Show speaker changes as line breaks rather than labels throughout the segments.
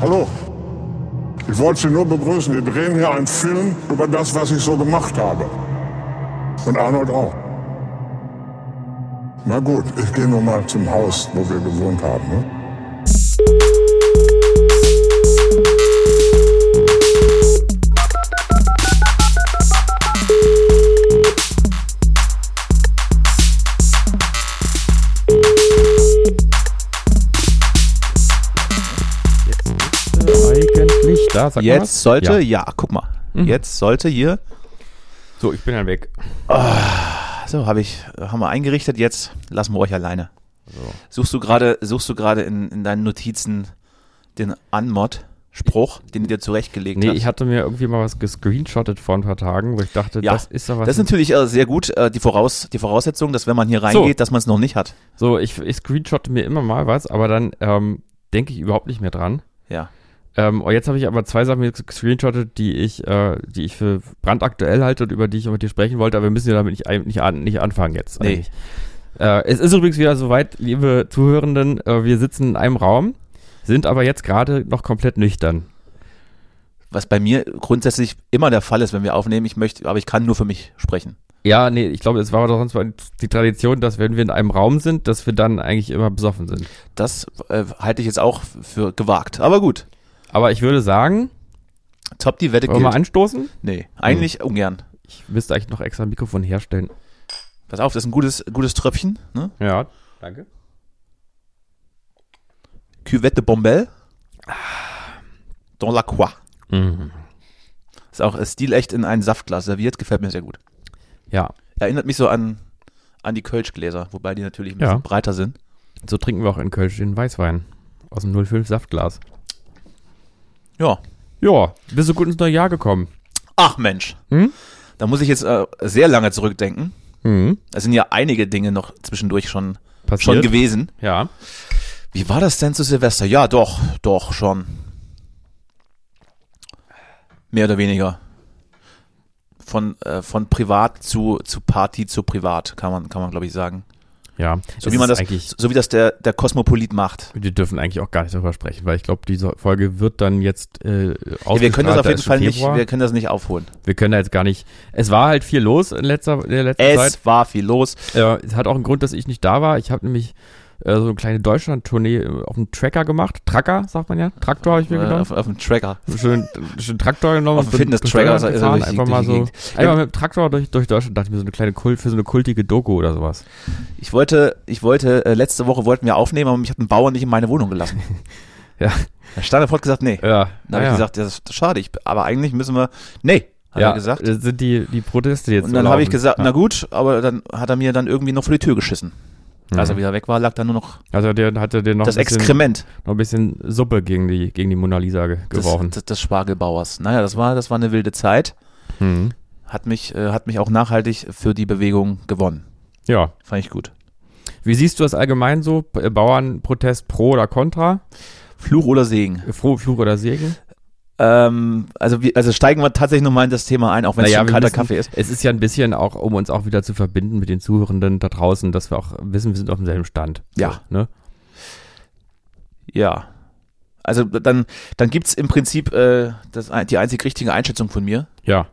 Hallo. Ich wollte Sie nur begrüßen. Wir drehen hier einen Film über das, was ich so gemacht habe. Und Arnold auch. Na gut, ich gehe nur mal zum Haus, wo wir gewohnt haben. Ne?
Eigentlich da, sag mal was.
Jetzt sollte,
Ja. Mhm.
ja. guck mal. Jetzt sollte hier,
So, ich bin dann weg.
so habe also ich, haben wir eingerichtet, jetzt lassen wir euch alleine. Suchst du gerade, suchst du gerade in, in deinen Notizen den Anmod-Spruch, den du dir zurechtgelegt
Nee,
hast?
ich hatte mir irgendwie mal was gescreenshottet vor ein paar Tagen, wo ich dachte,
ja,
das ist doch was.
das ist natürlich äh, sehr gut, äh, die, Voraus, die Voraussetzung, dass wenn man hier reingeht, dass man es noch nicht hat.
so, ich, ich screenshotte mir immer mal was, aber dann ähm, denke ich überhaupt nicht mehr dran.
Ja.
Ähm, und jetzt habe ich aber zwei Sachen mir gescreenshottet, die ich, äh, die ich für brandaktuell halte und über die ich mit dir sprechen wollte, aber wir müssen ja damit nicht, ein- nicht, an, nicht anfangen jetzt.
Nee.
eigentlich. Äh, es ist übrigens wieder soweit, liebe Zuhörenden, äh, wir sitzen in einem Raum, sind aber jetzt gerade noch komplett nüchtern.
Was bei mir grundsätzlich immer der Fall ist, wenn wir aufnehmen, ich möchte, aber ich kann nur für mich sprechen.
Ja, nee, ich glaube, es war doch sonst mal die Tradition, dass wenn wir in einem Raum sind, dass wir dann eigentlich immer besoffen sind.
Das äh, halte ich jetzt auch für gewagt. Aber gut.
Aber ich würde sagen,
Top die Wette
wollen wir mal
gilt.
anstoßen?
Nee, eigentlich ungern.
Ich müsste eigentlich noch extra ein Mikrofon herstellen.
Pass auf, das ist ein gutes, gutes Tröpfchen. Ne?
Ja, danke.
Cuvette de Bombelle. Dans la Croix.
Mhm.
Ist auch äh, stilecht in ein Saftglas serviert. Gefällt mir sehr gut.
Ja,
Erinnert mich so an, an die Kölschgläser, wobei die natürlich ein
Ja.
bisschen breiter sind.
so trinken wir auch in Kölsch den Weißwein aus dem 05 Saftglas.
Ja.
Ja, bist du gut ins neue Jahr gekommen?
Ach Mensch.
Hm?
Da muss ich jetzt äh, sehr lange zurückdenken.
Mhm.
Es sind ja einige Dinge noch zwischendurch schon,
Passiert?
schon gewesen.
Ja.
Wie war das denn zu Silvester? Ja, doch, doch, schon. Mehr oder weniger. Von, äh, von privat zu, zu Party zu privat, kann man, kann man glaube ich, sagen.
Ja.
So wie, man das,
eigentlich,
so wie das der, der Kosmopolit macht.
wir dürfen eigentlich auch gar nicht darüber sprechen, weil ich glaube, diese Folge wird dann jetzt äh,
Ja, wir können das
ausgestrahlt,
auf
da
jeden
ist
Fall
schon
nicht,
Februar.
wir können das nicht aufholen.
Wir können da jetzt gar nicht. Es war halt viel los in letzter, in der letzten
Es
Zeit.
war viel los.
Ja, es hat auch einen Grund, dass ich nicht da war. Ich habe nämlich äh, so eine kleine Deutschland-Tournee äh, auf dem Tracker gemacht. Tracker, sagt man ja. Traktor habe ich mir
Äh,
genommen.
auf, auf dem Tracker.
Schön, schön Traktor genommen.
Auf dem
bin
Fitness-Tracker
durch
ist er
Deutschland gefahren,
durch die-
einfach mal
durch
so.
die
Einfach mit dem Traktor durch, durch Deutschland dachte ich mir so eine kleine Kult für so eine kultige Doku oder sowas.
Ich wollte, ich wollte, äh, letzte Woche wollten wir aufnehmen, aber mich hat ein Bauer nicht in meine Wohnung gelassen.
Ja. Äh,
Da stand er fort gesagt, nee.
Ja,
Dann habe ich gesagt, das ist schade, ich, aber eigentlich müssen wir. Nee, hat
ja,
er gesagt.
das sind die, die Proteste jetzt.
Und dann habe ich
laufen.
gesagt,
ja.
na gut, aber dann hat er mir dann irgendwie noch vor die Tür geschissen. Als er wieder weg war, lag da nur noch
Also der hatte den noch,
das
Mhm. ein bisschen,
Exkrement
noch ein bisschen Suppe gegen die, gegen die Mona Lisa ge
des,
geworfen.
des, des Spargelbauers. Naja, das war, das war eine wilde Zeit.
Mhm.
Hat mich, äh, hat mich auch nachhaltig für die Bewegung gewonnen.
Ja.
Fand ich gut.
Wie siehst du das allgemein so? P- äh, Bauernprotest pro oder contra?
Fluch oder Segen?
Froh, Fluch oder Segen?
Ähm, also, wir, also steigen wir tatsächlich nochmal in das Thema ein, auch wenn es
Naja,
schon
wir
kalter
müssen-
Kaffee ist.
Es ist ja ein bisschen auch, um uns auch wieder zu verbinden mit den Zuhörenden da draußen, dass wir auch wissen, wir sind auf demselben Stand.
Ja.
So, ne?
Ja. Also dann, dann gibt's im Prinzip äh, das, ein- die einzig richtige Einschätzung von mir,
Ja.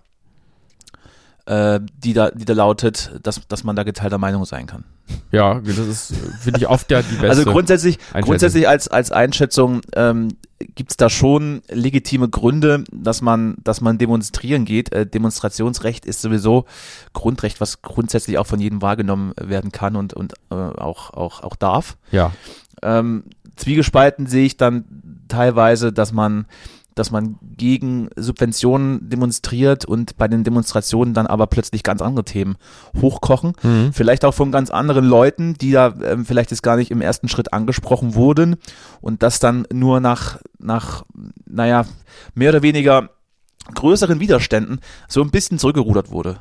äh, die, da, die da lautet, dass, dass man da geteilter Meinung sein kann.
Ja, das ist, äh, finde ich, oft ja die beste.
Also grundsätzlich,
Einschätzung.
grundsätzlich als, als Einschätzung ähm, gibt's da schon legitime Gründe, dass man, dass man demonstrieren geht. Äh, Demonstrationsrecht ist sowieso Grundrecht, was grundsätzlich auch von jedem wahrgenommen werden kann und, und äh, auch, auch, auch darf.
ja.
ähm, Zwiegespalten sehe ich dann teilweise, dass man, dass man gegen Subventionen demonstriert und bei den Demonstrationen dann aber plötzlich ganz andere Themen hochkochen.
Mhm.
Vielleicht auch von ganz anderen Leuten, die da ähm, vielleicht jetzt gar nicht im ersten Schritt angesprochen wurden und das dann nur nach, nach, naja, mehr oder weniger größeren Widerständen so ein bisschen zurückgerudert wurde.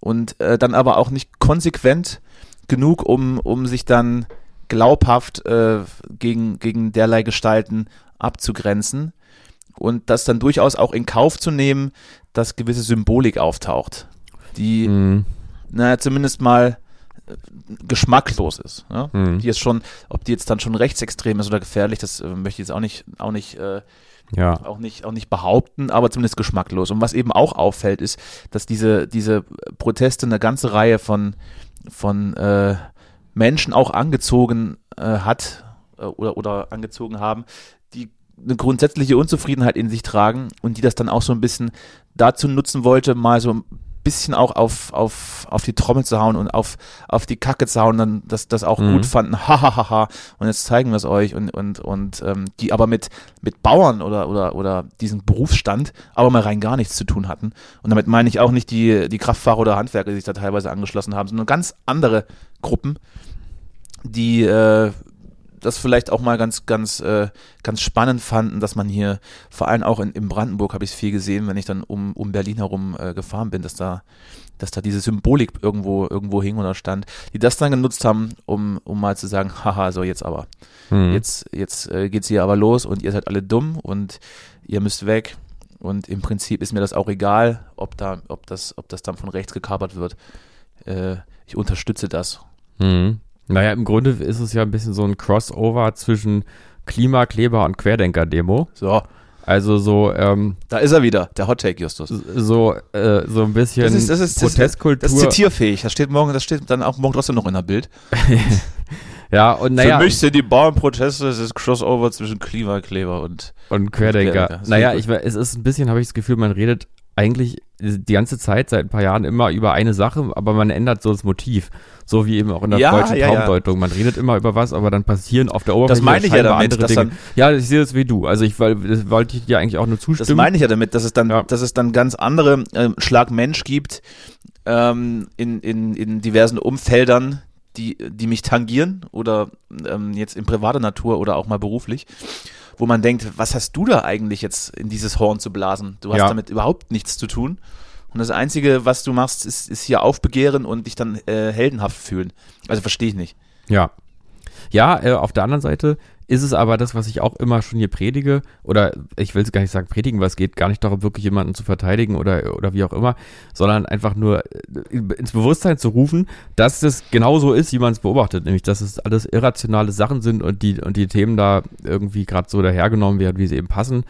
Und äh, dann aber auch nicht konsequent genug, um, um sich dann glaubhaft äh, gegen, gegen derlei Gestalten abzugrenzen und das dann durchaus auch in Kauf zu nehmen, dass gewisse Symbolik auftaucht, die,
Mhm.
naja, zumindest mal äh, geschmacklos ist. Ja?
Mhm.
Die ist schon, ob die jetzt dann schon rechtsextrem ist oder gefährlich, das äh, möchte ich jetzt auch nicht, auch nicht, äh,
Ja.
auch nicht, auch nicht behaupten, aber zumindest geschmacklos. Und was eben auch auffällt, ist, dass diese, diese Proteste eine ganze Reihe von, von äh, Menschen auch angezogen äh, hat äh, oder, oder angezogen haben, die eine grundsätzliche Unzufriedenheit in sich tragen und die das dann auch so ein bisschen dazu nutzen wollte, mal so ein bisschen auch auf, auf, auf die Trommel zu hauen und auf, auf die Kacke zu hauen, dann das, das auch
Mhm.
gut fanden. Hahaha. Und jetzt zeigen wir es euch und, und, und ähm, die aber mit, mit Bauern oder, oder, oder diesem Berufsstand aber mal rein gar nichts zu tun hatten. Und damit meine ich auch nicht die, die Kraftfahrer oder Handwerker, die sich da teilweise angeschlossen haben, sondern ganz andere Gruppen, die äh, das vielleicht auch mal ganz, ganz, äh, ganz spannend fanden, dass man hier, vor allem auch in, in Brandenburg habe ich es viel gesehen, wenn ich dann um, um Berlin herum äh, gefahren bin, dass da, dass da diese Symbolik irgendwo, irgendwo hing oder stand, die das dann genutzt haben, um, um mal zu sagen, haha, so jetzt aber.
Hm.
Jetzt, jetzt äh, geht's hier aber los und ihr seid alle dumm und ihr müsst weg. Und im Prinzip ist mir das auch egal, ob da, ob das, ob das dann von rechts gekapert wird. Äh, ich unterstütze das.
Mhm. Naja, im Grunde ist es ja ein bisschen so ein Crossover zwischen Klimakleber und Querdenker-Demo.
So,
Also so, ähm,
da ist er wieder, der Hot Take, Justus.
so, äh, so ein bisschen
Das ist- das ist- das ist-
Protestkultur.
Das ist zitierfähig. Das steht morgen, das steht dann auch morgen trotzdem noch in der Bild.
ja, und naja,
Für mich sind die Bauernproteste das ist Crossover zwischen Klimakleber und
und Querdenker.
Querdenker. Sehr
Naja,
gut.
ich, we- es ist ein bisschen, habe ich das Gefühl, man redet eigentlich die ganze Zeit seit ein paar Jahren immer über eine Sache, aber man ändert so das Motiv. So wie eben auch in der
Ja,
deutschen
ja, ja.
Traumdeutung. Man redet immer über was, aber dann passieren auf der Oberfläche
meine ich ja
scheinbar
damit,
andere
dass
Dinge.
dann-
Ja, ich sehe das wie du. Also ich weil- das wollte ich dir eigentlich auch nur zustimmen.
Das meine ich ja damit, dass es dann,
Ja.
dass es dann ganz andere ähm, Schlag Mensch gibt ähm, in, in, in diversen Umfeldern, die, die mich tangieren oder ähm, jetzt in privater Natur oder auch mal beruflich, wo man denkt, was hast du da eigentlich jetzt in dieses Horn zu blasen? Du hast
Ja.
damit überhaupt nichts zu tun. Und das Einzige, was du machst, ist, ist hier aufbegehren und dich dann äh, heldenhaft fühlen. Also verstehe ich nicht.
Ja. Ja, äh, auf der anderen Seite ist es aber das, was ich auch immer schon hier predige, oder ich will es gar nicht sagen predigen, weil es geht gar nicht darum, wirklich jemanden zu verteidigen oder, oder wie auch immer, sondern einfach nur äh, ins Bewusstsein zu rufen, dass das genau so ist, wie man es beobachtet, nämlich dass es alles irrationale Sachen sind und die, und die Themen da irgendwie gerade so dahergenommen werden, wie sie eben passen.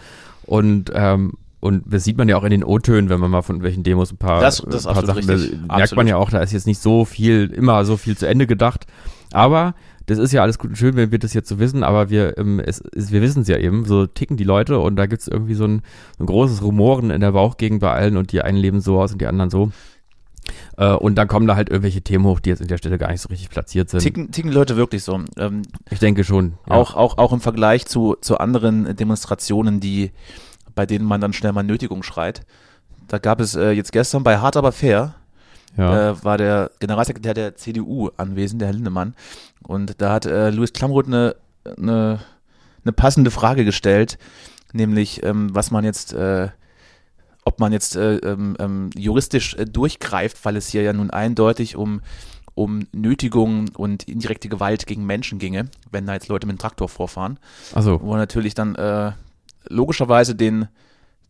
Und, ähm, und das sieht man ja auch in den O-Tönen, wenn man mal von welchen Demos ein paar, äh,
Das- das ist
ein paar
absolut
da
richtig.
merkt man
Absolut.
ja auch, da ist jetzt nicht so viel, immer so viel zu Ende gedacht. Aber das ist ja alles gut und schön, wenn wir das jetzt so wissen, aber wir, ähm, es, es, wir wissen es ja eben, so ticken die Leute und da gibt es irgendwie so ein, ein großes Rumoren in der Bauchgegend bei allen und die einen leben so aus und die anderen so. Äh, und dann kommen da halt irgendwelche Themen hoch, die jetzt in der Stelle gar nicht so richtig platziert sind.
Ticken, ticken die Leute wirklich so. Ähm,
Ich denke schon. ja.
Auch, auch, auch im Vergleich zu, zu anderen Demonstrationen, die, bei denen man dann schnell mal Nötigung schreit. Da gab es äh, jetzt gestern bei Hart aber fair,
Ja.
äh, war der Generalsekretär der CDU anwesend, der Herr Lindemann. Und da hat äh, Louis Klamroth eine, eine, eine passende Frage gestellt, nämlich ähm, was man jetzt, äh, ob man jetzt äh, ähm, ähm, juristisch äh, durchgreift, weil es hier ja nun eindeutig um um Nötigung und indirekte Gewalt gegen Menschen ginge, wenn da jetzt Leute mit dem Traktor vorfahren
also,
wo er natürlich dann äh, logischerweise den,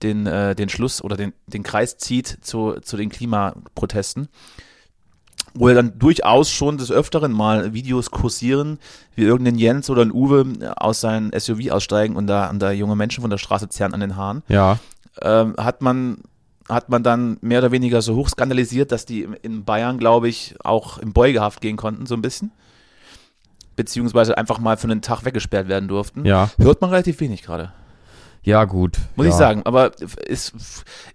den, äh, den Schluss oder den, den Kreis zieht zu, zu den Klimaprotesten, wo er dann durchaus schon des Öfteren mal Videos kursieren, wie irgendein Jens oder ein Uwe äh, aus seinem SUV aussteigen und da, und da junge Menschen von der Straße zerren an den Haaren,
ja.
ähm, hat man hat man dann mehr oder weniger so hoch skandalisiert, dass die im- in Bayern, glaube ich, auch in Beugehaft gehen konnten, so ein bisschen. Beziehungsweise einfach mal für einen Tag weggesperrt werden durften.
Ja.
Hört man relativ wenig gerade,
Ja, gut.
muss
ja.
ich sagen. Aber ist,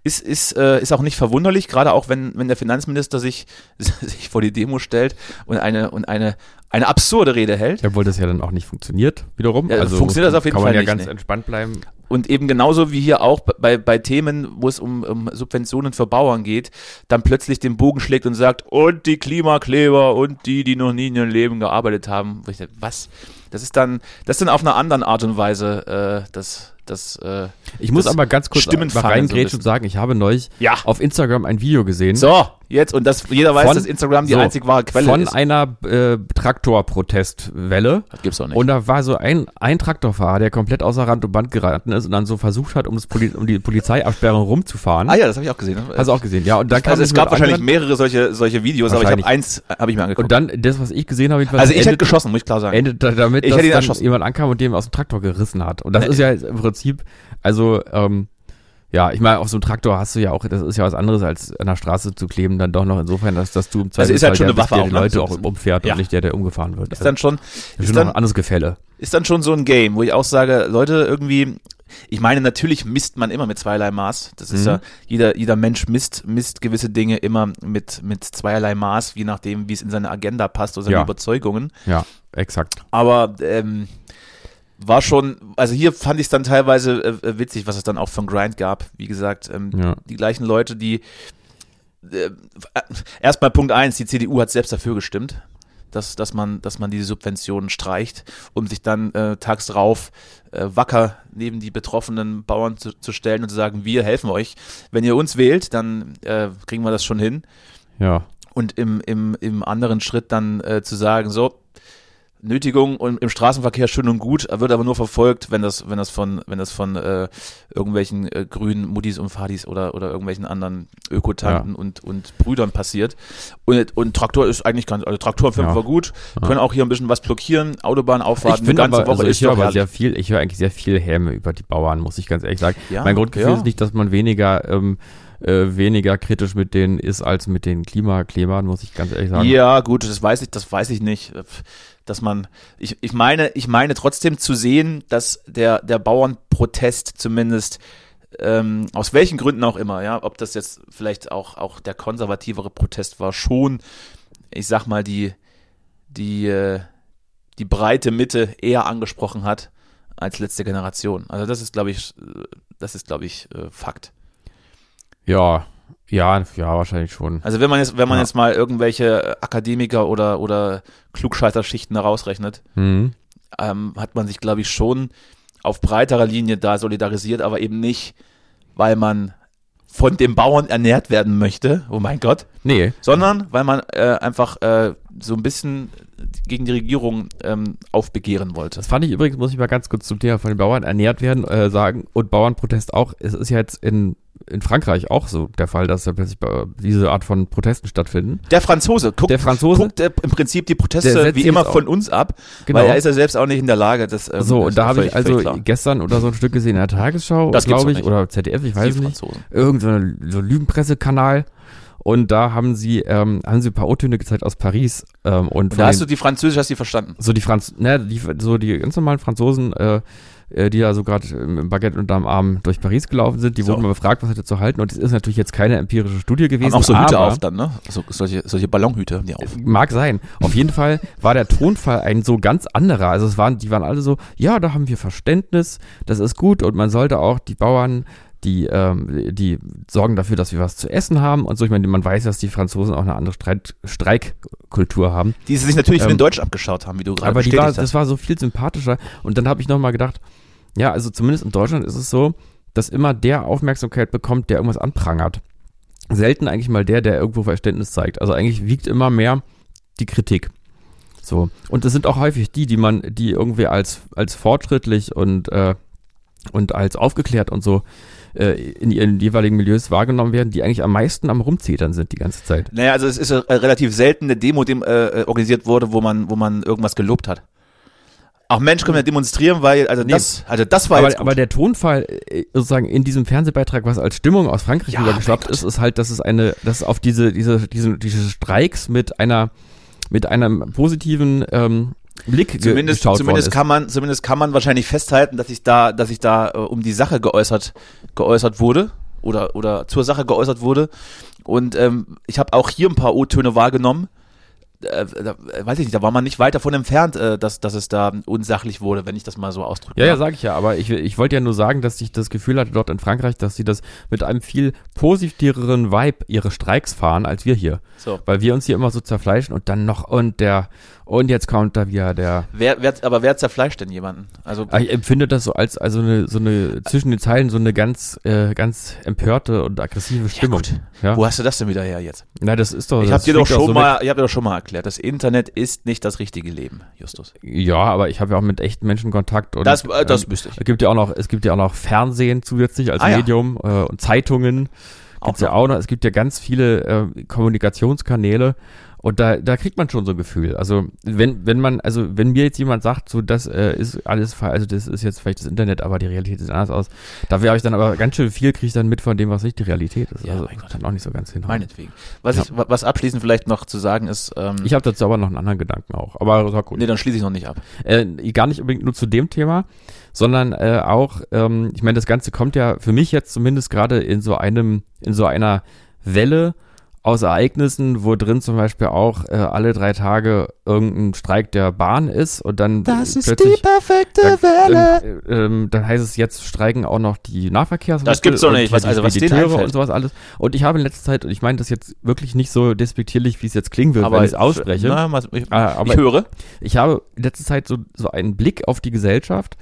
ist, ist, äh, ist auch nicht verwunderlich, gerade auch wenn, wenn der Finanzminister sich, sich vor die Demo stellt und eine, und eine, eine absurde Rede hält.
Obwohl das ja dann auch nicht funktioniert, wiederum. Also
Ja, also funktioniert das auf jeden
kann
Fall
man ja
nicht,
ganz
ne?
entspannt bleiben.
Und eben genauso wie hier auch bei, bei Themen, wo es um, um Subventionen für Bauern geht, dann plötzlich den Bogen schlägt und sagt, und die Klimakleber und die, die noch nie in ihrem Leben gearbeitet haben. Wo ich dachte, was? Das ist dann, das ist dann auf einer anderen Art und Weise äh, das, das äh,
Ich muss
das
aber ganz kurz
Stimmen
mal
fangen so ein
reingrätschen
bisschen.
und sagen, ich habe neulich
Ja.
auf Instagram ein Video gesehen.
So, Jetzt, und das, jeder weiß,
Hm? Von-
dass Instagram die
so,
einzig wahre Quelle
von
ist.
einer äh, Traktorprotestwelle.
Das gibt's doch nicht.
Und da war so ein, ein Traktorfahrer, der komplett außer Rand und Band geraten ist und dann so versucht hat, um, das Poli um die Polizeiabsperrung rumzufahren.
ah ja, das habe ich auch gesehen.
Hast du auch gesehen, ja. Und dann kam
also es
so
gab
ein anderer-
wahrscheinlich mehrere solche, solche Videos, aber ich habe
Wahrscheinlich.
eins, äh, habe ich mir angeguckt.
Und dann, das, was ich gesehen habe, jedenfalls
also ich hätte
endet-
geschossen, muss ich klar sagen.
endet da- damit,
Ich
dass
hätte ihn
dann
erschossen.
jemand ankam und dem aus dem Traktor gerissen hat. Und das
Nee.
ist ja jetzt im Prinzip, also, ähm, ja, ich meine, auf so einem Traktor hast du ja auch, das ist ja was anderes als an der Straße zu kleben, dann doch noch insofern, dass, dass du im
Also ist halt schon
der
eine
bist,
Waffe
der
auch,
die
ne?
Leute
So
auch
ist-
umfährt
ja.
und nicht der, der umgefahren wird. Also,
ist dann schon,
das
ist
ist noch
dann,
ein anderes Gefälle.
ist dann schon so ein Game, wo ich auch sage, Leute, irgendwie, ich meine, natürlich misst man immer mit zweierlei Maß. Das ist
Mhm.
ja, jeder, jeder Mensch misst, misst gewisse Dinge immer mit, mit zweierlei Maß, je nachdem, wie es in seine Agenda passt oder seine
Ja.
Überzeugungen.
Ja, exakt.
Aber ähm, war schon, also hier fand ich es dann teilweise äh, äh, witzig, was es dann auch von Grind gab. Wie gesagt, ähm,
Ja.
die gleichen Leute, die äh, erstmal Punkt eins, die CDU hat selbst dafür gestimmt, dass, dass, man, dass man diese Subventionen streicht, um sich dann äh, tags drauf äh, wacker neben die betroffenen Bauern zu, zu stellen und zu sagen, wir helfen euch. Wenn ihr uns wählt, dann äh, kriegen wir das schon hin
Ja.
und im, im, im anderen Schritt dann äh, zu sagen, so, Nötigung und im Straßenverkehr schön und gut, äh, wird aber nur verfolgt, wenn das, wenn das von, wenn das von äh, irgendwelchen äh, grünen Muttis und Fadis oder, oder irgendwelchen anderen Ökotanten und, und Brüdern passiert. Und, und Traktor ist eigentlich ganz, also Traktor 5
Ja.
war gut,
Ja.
können auch hier ein bisschen was blockieren, Autobahn aufwarten,
ich finde aber, also ich höre aber
herrlich.
sehr viel, ich höre eigentlich sehr viel Häme über die Bauern, muss ich ganz ehrlich sagen.
Ja,
mein Grundgefühl
ja.
ist nicht, dass man weniger, ähm, äh, weniger kritisch mit denen ist als mit den Klimaklebern, muss ich ganz ehrlich sagen.
Ja, gut, das weiß ich, das weiß ich nicht. Dass man, ich, ich meine, ich meine trotzdem zu sehen, dass der, der Bauernprotest zumindest ähm, aus welchen Gründen auch immer, ja, ob das jetzt vielleicht auch, auch der konservativere Protest war, schon, ich sag mal, die, die, äh, die breite Mitte eher angesprochen hat als letzte Generation. Also das ist, glaube ich, äh, das ist, glaube ich, äh, Fakt.
Ja, ja, ja, wahrscheinlich schon.
Also wenn man jetzt, wenn man
Ja.
jetzt mal irgendwelche äh, Akademiker oder, oder Klugscheißerschichten herausrechnet,
Mhm.
ähm, hat man sich, glaube ich, schon auf breiterer Linie da solidarisiert, aber eben nicht, weil man von den Bauern ernährt werden möchte, oh mein Gott,
Nee,
sondern weil man äh, einfach äh, so ein bisschen gegen die Regierung ähm, aufbegehren wollte.
das fand ich übrigens, muss ich mal ganz kurz zum Thema von den Bauern ernährt werden äh, sagen und Bauernprotest auch. Es ist ja jetzt in, in Frankreich auch so der Fall, dass da plötzlich äh, diese Art von Protesten stattfinden.
Der Franzose guckt,
Der Franzose-
guckt äh, im Prinzip die
Der
Proteste
setzt
wie
sich
immer
jetzt
von uns ab,
Genau.
weil er ist ja selbst auch nicht in der Lage, das ähm,
so,
Also, ist
und da habe
völlig-
ich also
völlig klar.
gestern oder so ein Stück gesehen in der Tagesschau,
Das gibt's
glaube
doch
ich,
nicht.
oder ZDF, ich weiß
Die
nicht.
Franzosen.
Irgend so ein so Lügenpressekanal. Und da haben sie, ähm, haben sie ein paar O-Töne gezeigt aus Paris. Ähm, und
Und
von
da hast du
den-
die Französisch, hast du die verstanden.
so die Franz, ne, die, so die ganz normalen Franzosen, äh, äh, die da so gerade im Baguette unterm Arm durch Paris gelaufen sind, die
So.
wurden mal befragt, was sie dazu halten. Und es ist natürlich jetzt keine empirische Studie gewesen.
Haben auch so Hüte
aber-
auf dann, ne? So, solche, solche Ballonhüte haben die auf.
Mag sein. Auf jeden Fall war der Tonfall ein so ganz anderer. Also es waren, die waren alle so, ja, da haben wir Verständnis, das ist gut und man sollte auch die Bauern, die, ähm, die sorgen dafür, dass wir was zu essen haben und so. Ich meine, man weiß, dass die Franzosen auch eine andere Streit Streikkultur haben.
Die sie sich natürlich von
Ähm,
den Deutschen abgeschaut haben, wie du gerade
Aber die
bestätigt
war,
hast.
das war so viel sympathischer. Und dann habe ich nochmal gedacht, ja, also zumindest in Deutschland ist es so, dass immer der Aufmerksamkeit bekommt, der irgendwas anprangert. Selten eigentlich mal der, der irgendwo Verständnis zeigt. Also eigentlich wiegt immer mehr die Kritik. So. Und es sind auch häufig die, die man, die irgendwie als, als fortschrittlich und, äh, und als aufgeklärt und so äh, in ihren jeweiligen Milieus wahrgenommen werden, die eigentlich am meisten am Rumzetern sind die ganze Zeit.
Naja, also es ist äh, relativ selten eine Demo, die äh, äh, organisiert wurde, wo man, wo man irgendwas gelobt hat. Auch Mensch können wir demonstrieren, weil, also das, also das war
aber,
jetzt gut.
aber der Tonfall äh, sozusagen in diesem Fernsehbeitrag, was als Stimmung aus Frankreich
Ja,
übergeschwappt
mein
ist,
Gott.
ist halt, dass es eine, dass auf diese, diese, diese, diese Streiks mit einer, mit einem positiven ähm, Blick ge-
zumindest,
geschaut
zumindest
worden
kann man, zumindest kann man wahrscheinlich festhalten, dass ich da, dass ich da äh, um die Sache geäußert, geäußert wurde oder, oder zur Sache geäußert wurde. Und ähm, ich habe auch hier ein paar O-Töne wahrgenommen. Äh, da, äh, weiß ich nicht, da war man nicht weit davon entfernt, äh, dass, dass es da unsachlich wurde, wenn ich das mal so ausdrücke.
ist. Ja, ja, sag ich ja, aber ich, ich wollte ja nur sagen, dass ich das Gefühl hatte dort in Frankreich, dass sie das mit einem viel positiveren Vibe ihre Streiks fahren als wir hier.
So.
Weil wir uns hier immer so zerfleischen und dann noch und der Und jetzt kommt da wieder der.
Wer, wer, aber wer zerfleischt denn jemanden? Also
Ah, Ich empfinde das so als also eine, so eine zwischen den Zeilen so eine ganz äh, ganz empörte und aggressive Stimmung.
gut.
Ja,
wo hast du das denn wieder her jetzt?
Na, das ist doch.
Ich habe
das
dir doch
fliegt auch
schon
so
mal, ich hab dir doch schon mal erklärt, das Internet ist nicht das richtige Leben, Justus.
Weg. Ja, aber ich habe ja auch mit echten Menschen Kontakt und
Das, äh, das
ähm,
wüsste ich.
es gibt ja auch noch es gibt ja auch noch Fernsehen zusätzlich als
Ah, ja.
Medium äh, und Zeitungen. Gibt's ja
noch.
auch noch. Es gibt ja ganz viele äh, Kommunikationskanäle und da, da kriegt man schon so ein Gefühl. Also wenn, wenn man, also wenn mir jetzt jemand sagt, so das äh, ist alles, ver- also das ist jetzt vielleicht das Internet, aber die Realität sieht anders aus. Dafür habe ich dann aber ganz schön viel, kriege ich dann mit von dem, was nicht die Realität ist.
Ja,
also
mein Gott.
kann auch nicht so ganz hinhauen.
Meinetwegen. Was,
Ja.
ich, wa- was abschließend vielleicht noch zu sagen ist, ähm,
Ich habe dazu aber noch einen anderen Gedanken auch. Aber sag gut.
nee, dann schließe ich noch nicht ab.
äh, gar nicht unbedingt nur zu dem Thema, sondern äh, auch, ähm, ich meine, das Ganze kommt ja für mich jetzt zumindest gerade in so einem, in so einer Welle aus Ereignissen, wo drin zum Beispiel auch äh, alle drei Tage irgendein Streik der Bahn ist und dann plötzlich,
perfekte
dann, dann, äh, ähm, dann heißt es jetzt streiken auch noch die Nahverkehrsmittel.
Das gibt's doch
und
nicht,
hier
was-
die
also was denen
Spediteure
einfällt.
und sowas alles. Und ich habe in letzter Zeit, und ich meine das jetzt wirklich nicht so despektierlich, wie es jetzt klingen wird,
Aber
wenn ich es ausspreche.
Na, mal- ich,
Ah, aber-
ich höre.
Ich habe in letzter Zeit so, so einen Blick auf die Gesellschaft,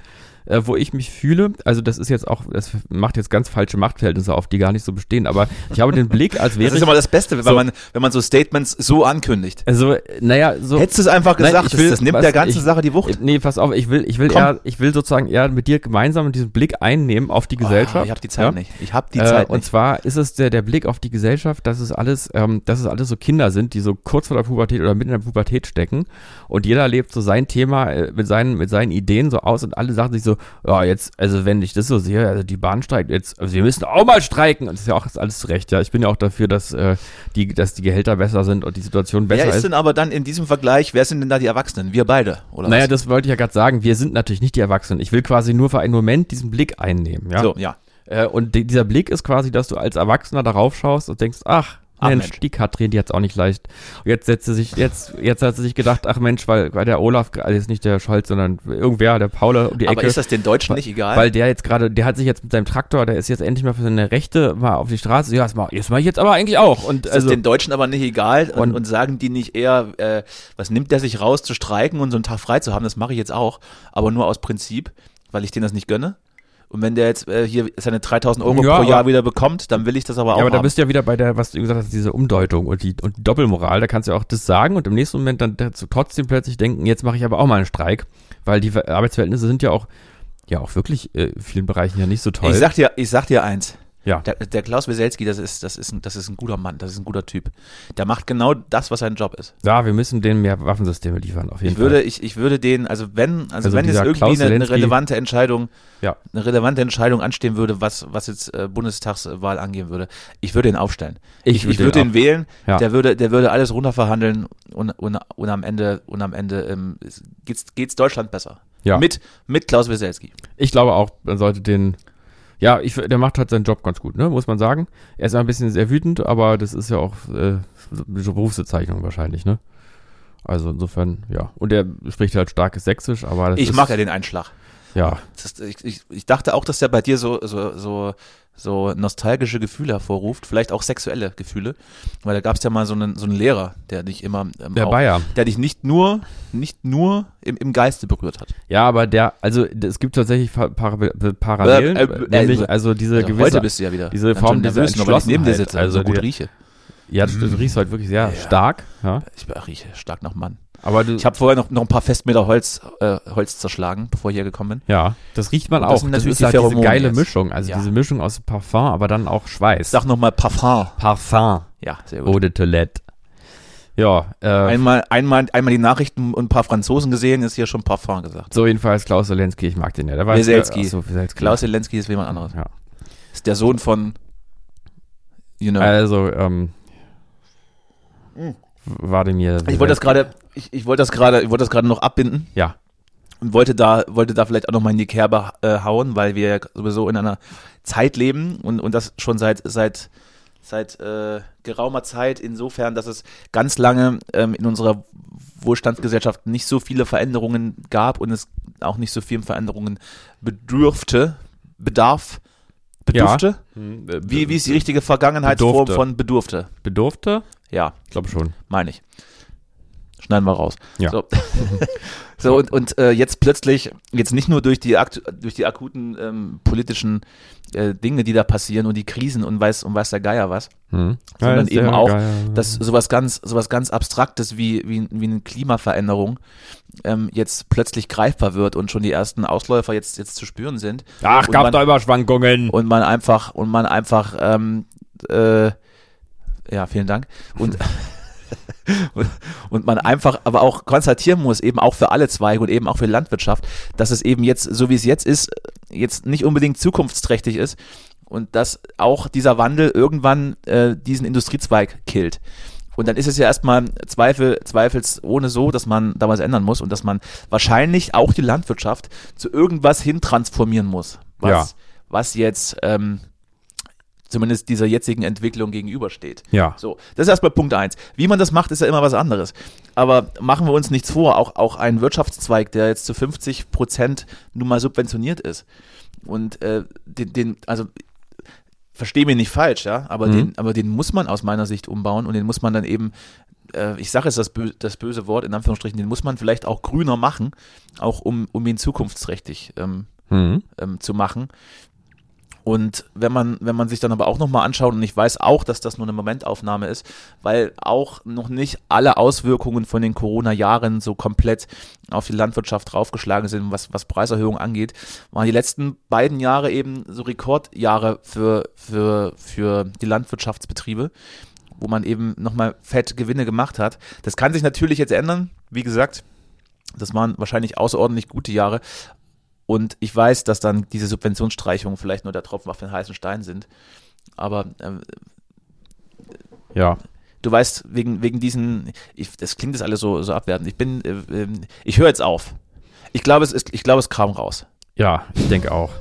äh, wo ich mich fühle, also das ist jetzt auch, das macht jetzt ganz falsche Machtverhältnisse auf, die gar nicht so bestehen, aber ich habe den Blick, als
Das
wäre
ist
ich,
immer das Beste, wenn,
So.
man, wenn man so Statements so ankündigt.
also, äh, naja, so.
Hättest du es einfach
Nein,
gesagt,
ich will-
das, das nimmt
was-
der ganzen
ich- Äh,
Sache die Wucht.
Nee, pass auf, ich will, ich will
Komm.
eher, ich will sozusagen eher mit dir gemeinsam diesen Blick einnehmen auf die Gesellschaft.
Ah, ich habe die Zeit
ja?
nicht. Ich habe die
äh,
Zeit
und
nicht.
zwar ist es der, der Blick auf die Gesellschaft, dass es alles, ähm, dass es alles so Kinder sind, die so kurz vor der Pubertät oder mitten in der Pubertät stecken und jeder lebt so sein Thema äh, mit seinen mit seinen Ideen so aus und alle sagen sich so, ja jetzt, also wenn ich das so sehe, also die Bahn streikt jetzt, also wir müssen auch mal streiken und das ist ja auch ist alles zu recht, ja. Ich bin ja auch dafür, dass äh, die, dass die Gehälter besser sind und die Situation besser
Wer ist
ist.
denn aber dann in diesem Vergleich, wer sind denn da die Erwachsenen? Wir beide, oder
Naja,
was?
das wollte ich ja gerade sagen. Wir sind natürlich nicht die Erwachsenen. Ich will quasi nur für einen Moment diesen Blick einnehmen. Ja?
So, ja.
Äh, und di- dieser Blick ist quasi, dass du als Erwachsener darauf schaust und denkst, ach,
Ach,
Mensch,
Mensch.
die Katrin, die hat's auch nicht leicht. Und jetzt setzt sie sich, jetzt, jetzt hat sie sich gedacht, ach Mensch, weil, weil der Olaf, also jetzt nicht der Scholz, sondern irgendwer, der Paule um die
Aber
Ecke.
ist das den Deutschen nicht egal?
weil der jetzt gerade, der hat sich jetzt mit seinem Traktor, der ist jetzt endlich mal für seine Rechte mal auf die Straße. Ja, das mache das mach ich jetzt aber eigentlich auch. Und
ist
also,
das den Deutschen aber nicht egal und,
Und-
und sagen die nicht eher, äh, was nimmt der sich raus zu streiken und so einen Tag frei zu haben, das mache ich jetzt auch, aber nur aus Prinzip, weil ich denen das nicht gönne. Und wenn der jetzt äh, hier seine 3000 Euro
Ja,
pro Jahr
aber-
wieder bekommt, dann will ich das aber auch
ja, aber da
haben.
bist du ja wieder bei der, was du eben gesagt hast, diese Umdeutung und die, und die Doppelmoral. Da kannst du ja auch das sagen und im nächsten Moment dann dazu trotzdem plötzlich denken, jetzt mache ich aber auch mal einen Streik, weil die Ver- Arbeitsverhältnisse sind ja auch, ja auch wirklich äh, in vielen Bereichen ja nicht so toll.
ich sag dir, ich sag dir eins.
ja.
Der, der Klaus Weselski, das ist, das, ist ein, das ist ein guter Mann, das ist ein guter Typ. Der macht genau das, was sein Job ist.
ja, wir müssen denen mehr Waffensysteme liefern, auf jeden
Ich würde,
Fall.
ich, ich würde den, also wenn, also,
Also
wenn es
dieser
irgendwie
Klaus
eine, eine
Zelensky-
relevante Entscheidung,
Ja.
eine relevante Entscheidung anstehen würde, was, was jetzt äh, Bundestagswahl angehen würde, ich würde ihn aufstellen.
Ich
ich,
würde
ich würde
ihn
ihn wählen,
Ja.
der würde, der würde alles runterverhandeln und, und, und am Ende, und am Ende ähm, es- geht's, geht's Deutschland besser.
Ja.
Mit, mit Klaus Weselski.
Ich glaube auch, man sollte den, ja, ich, der macht halt seinen Job ganz gut, ne, muss man sagen. Er ist ein bisschen sehr wütend, aber das ist ja auch äh, so eine Berufsbezeichnung wahrscheinlich, ne. Also insofern, ja. Und er spricht halt starkes Sächsisch, aber das
Ich
ist,
mag ja den Einschlag.
ja.
Das, ich, ich, ich dachte auch, dass der bei dir so, so, so, so nostalgische Gefühle hervorruft, vielleicht auch sexuelle Gefühle, weil da gab's ja mal so einen, so einen Lehrer, der dich immer ähm,
Der
auch-
Bayer.
der dich nicht nur, nicht nur im, im Geiste berührt hat.
Ja, aber der, also d- es gibt tatsächlich Par Par Parallelen,
Äh, äh,
nämlich
äh,
also diese
Also
gewisse.
heute bist du ja wieder
diese
ganz
Form
schön
dieser
nervös, nur weil ich neben dir
Entschlossenheit,
sitze,
also
also so gut
die-
rieche.
ja, das, das riechst du halt wirklich sehr stark. Ja.
Ich rieche stark nach Mann.
Aber du,
Ich habe vorher noch, noch ein paar Festmeter Holz, äh, Holz zerschlagen, bevor ich hergekommen bin.
ja, das riecht man
Und
auch.
das sind natürlich die Pheromone
diese geile
jetzt.
Mischung, also
Ja.
diese Mischung aus Parfum, aber dann auch Schweiß.
Sag nochmal Parfum.
Parfum
Ja, sehr gut.
Eau de Toilette. Oh, Ja, äh,
Einmal, einmal, einmal die Nachrichten und ein paar Franzosen gesehen, ist hier schon Parfum gesagt.
so jedenfalls Klaus Zelensky, ich mag den ja. Der war
Weselski.
Ach so, Weselski.
Klaus Zelensky ist jemand anderes.
Ja.
Ist der Sohn von, you know.
Also, ähm, Wladimir.
Hm. ich wollte das gerade, ich, ich wollte das gerade, ich wollte das gerade noch abbinden.
Ja.
und wollte da, wollte da vielleicht auch nochmal in die Kerbe äh, hauen, weil wir ja sowieso in einer Zeit leben und, und das schon seit, seit, seit äh, geraumer Zeit, insofern, dass es ganz lange ähm, in unserer Wohlstandsgesellschaft nicht so viele Veränderungen gab und es auch nicht so vielen Veränderungen bedürfte, bedarf, bedurfte.
Hm, äh,
Wie, wie ist die richtige Vergangenheitsform
Bedurfte.
von bedurfte?
Bedurfte?
Ja,
Ich glaube schon.
meine ich. Schneiden wir raus.
Ja.
So, so und, und äh, jetzt plötzlich, jetzt nicht nur durch die, akt durch die akuten ähm, politischen äh, Dinge, die da passieren und die Krisen und weiß, und weiß der Geier was,
Hm.
sondern
ist
eben
ja
auch,
geil.
dass sowas ganz, sowas ganz Abstraktes wie, wie, wie eine Klimaveränderung ähm, jetzt plötzlich greifbar wird und schon die ersten Ausläufer jetzt, jetzt zu spüren sind.
Ach,
und
gab
man-
da Überschwankungen.
und man einfach und man einfach ähm, äh, ja vielen Dank und und- und man einfach aber auch konstatieren muss eben auch für alle Zweige und eben auch für Landwirtschaft dass es eben jetzt so wie es jetzt ist jetzt nicht unbedingt zukunftsträchtig ist und dass auch dieser Wandel irgendwann äh, diesen Industriezweig killt und dann ist es ja erstmal Zweifel, zweifelsohne so, dass man da was ändern muss und dass man wahrscheinlich auch die Landwirtschaft zu irgendwas hin transformieren muss, was,
Ja.
was jetzt ähm, zumindest dieser jetzigen Entwicklung gegenübersteht.
Ja.
So, das ist erstmal Punkt eins. Wie man das macht, ist ja immer was anderes. Aber machen wir uns nichts vor, auch, auch ein Wirtschaftszweig, der jetzt zu 50 Prozent nun mal subventioniert ist. Und äh, den, den, also verstehe mich nicht falsch, ja, aber,
Mhm.
den, aber den muss man aus meiner Sicht umbauen und den muss man dann eben, äh, ich sage jetzt das, bö das böse Wort in Anführungsstrichen, den muss man vielleicht auch grüner machen, auch um, um ihn zukunftsträchtig ähm,
Hm.
ähm, zu machen. Und wenn man, wenn man sich dann aber auch nochmal anschaut, und ich weiß auch, dass das nur eine Momentaufnahme ist, weil auch noch nicht alle Auswirkungen von den Corona-Jahren so komplett auf die Landwirtschaft draufgeschlagen sind, was, was Preiserhöhungen angeht, waren die letzten beiden Jahre eben so Rekordjahre für, für, für die Landwirtschaftsbetriebe, wo man eben nochmal fett Gewinne gemacht hat. Das kann sich natürlich jetzt ändern, wie gesagt. Das waren wahrscheinlich außerordentlich gute Jahre, und ich weiß, dass dann diese Subventionsstreichungen vielleicht nur der Tropfen auf den heißen Stein sind. Aber ähm,
Ja.
du weißt, wegen, wegen diesen, ich, das klingt jetzt alles so, so abwertend. Ich bin, äh, ähm, ich höre jetzt auf. Ich glaube, es ist, ich glaube, es kam raus.
Ja, ich denke auch.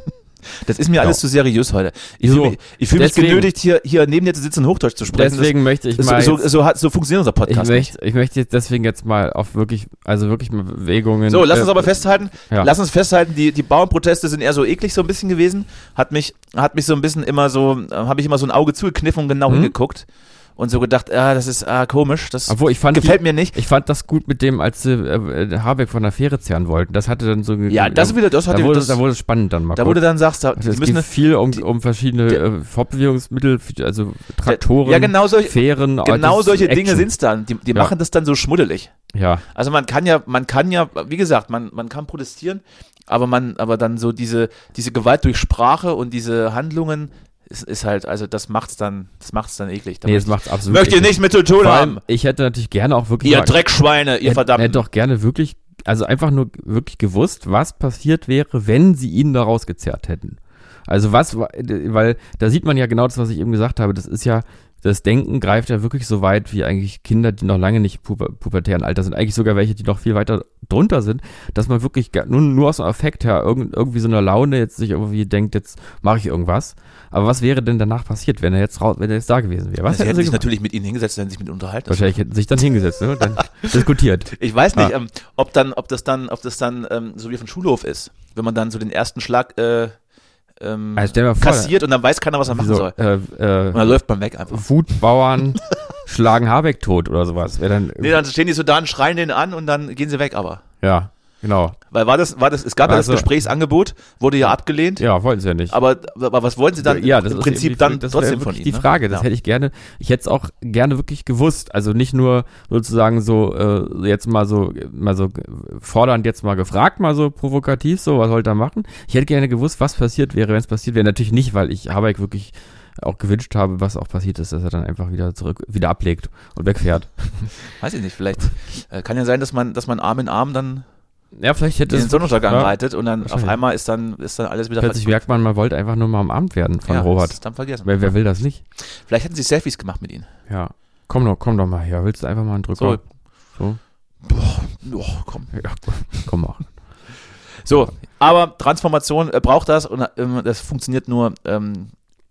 Das ist mir alles zu seriös heute. Ich
Genau. So,
fühle mich, ich fühl mich
deswegen-
genötigt, hier, hier neben dir zu sitzen und Hochdeutsch zu sprechen.
Deswegen möchte ich
das,
mal.
das, so,
jetzt-
so, so, hat- so funktioniert unser
ich
Podcast. nicht.
möchte, ich möchte jetzt deswegen jetzt mal auf wirklich, also wirklich mal Bewegungen.
So, lass uns
äh,
aber festhalten,
ja.
lass uns festhalten, die, die Bauernproteste sind eher so eklig so ein bisschen gewesen, hat mich, hat mich so ein bisschen immer so, äh, habe ich immer so ein Auge zugekniffen und genau
Mhm.
hingeguckt und so gedacht, ah, das ist ah, komisch, das
Obwohl, ich fand,
gefällt mir nicht.
die, ich fand das gut mit dem, als sie äh, Habeck von der Fähre zerren wollten. Das hatte dann so.
Ja, das wieder, das hat
da
dir-
wurde,
das,
da wurde es spannend dann mal.
da wurde dann sagst, da, die
Also es
müssen
ging viel um,
die-
um verschiedene
der-
äh, Fortbewegungsmittel, also Traktoren,
ja genau solche,
Fähren.
genau
das ist
solche
Action.
Dinge sind's dann, die, die
Ja.
machen das dann so schmuddelig.
Ja,
Also man kann ja, man kann ja, wie gesagt, man, man kann protestieren, aber man, aber dann so diese, diese Gewalt durch Sprache und diese Handlungen ist, ist halt, also das macht's dann, das macht's dann eklig. Da
nee, das
möchte
macht absolut
möchte ihr
eklig.
nicht mit zu tun
Vor allem,
haben.
ich hätte natürlich gerne auch wirklich
Ihr
mal-
Dreckschweine, ihr
hätte-
verdammt.
hätte doch gerne wirklich, also einfach nur wirklich gewusst, was passiert wäre, wenn sie ihn da rausgezerrt hätten. Also was, wa- weil da sieht man ja genau das, was ich eben gesagt habe. Das ist ja, das Denken greift ja wirklich so weit wie eigentlich Kinder, die noch lange nicht puber, pubertären Alter sind, eigentlich sogar welche, die noch viel weiter drunter sind, dass man wirklich gar- nur, nur aus dem Affekt her irgend, irgendwie so einer Laune jetzt sich irgendwie denkt, jetzt mache ich irgendwas. Aber was wäre denn danach passiert, wenn er jetzt raus, wenn er jetzt da gewesen wäre? Was
Also, Sie
hätten
hätten
sie
sich
gemacht?
natürlich mit ihnen hingesetzt und hätten sich mit ihnen unterhalten.
Wahrscheinlich Ah. hätten sie sich dann hingesetzt ne? und dann diskutiert.
Ich weiß nicht,
Ja.
ähm, ob dann, ob das dann, ob das dann ähm, so wie auf dem Schulhof ist, wenn man dann so den ersten Schlag äh, ähm,
Also stell dir mal vor,
kassiert und dann weiß keiner, was er machen
so,
soll.
Äh,
Und dann
äh,
läuft man weg einfach.
Wutbauern schlagen Habeck tot oder sowas. Wäre dann,
Nee, dann stehen die so da und schreien den an und dann gehen sie weg, aber.
ja, genau.
Weil war das, war das, es gab ja das
Also-
Gesprächsangebot, wurde ja abgelehnt,
Ja, wollten sie ja nicht.
aber, aber was wollen sie dann
ja, das
im
ist
Prinzip
eben die-
dann
das wäre
trotzdem von
wirklich
ihnen?
Die
ne?
Frage, das
ja.
hätte ich gerne, ich hätte es auch gerne wirklich gewusst. Also nicht nur sozusagen so, äh, jetzt mal so, mal so fordernd jetzt mal gefragt, mal so provokativ, so, was sollte er machen? Ich hätte gerne gewusst, was passiert wäre, wenn es passiert wäre. Natürlich nicht, weil ich Habeck wirklich auch gewünscht habe, was auch passiert ist, dass er dann einfach wieder zurück, wieder ablegt und wegfährt.
Weiß ich nicht, vielleicht äh, kann ja sein, dass man, dass man Arm in Arm dann
Ja, vielleicht hätte
in den
es
Sonnenuntergang
ja.
reitet und dann auf
Wahrscheinlich.
einmal ist dann, ist dann alles wieder
Plötzlich
ver-
merkt man, man wollte einfach nur mal am Abend werden von
ja,
Robert.
Ist dann vergessen.
Wer, wer will das nicht?
Vielleicht hätten sie Selfies gemacht mit ihnen.
Ja. Komm doch, komm doch mal her. Willst du einfach mal einen Drücker? So.
Boah, Oh, komm.
Ja, komm auch.
So, aber Transformation äh, braucht das und ähm, das funktioniert nur ähm,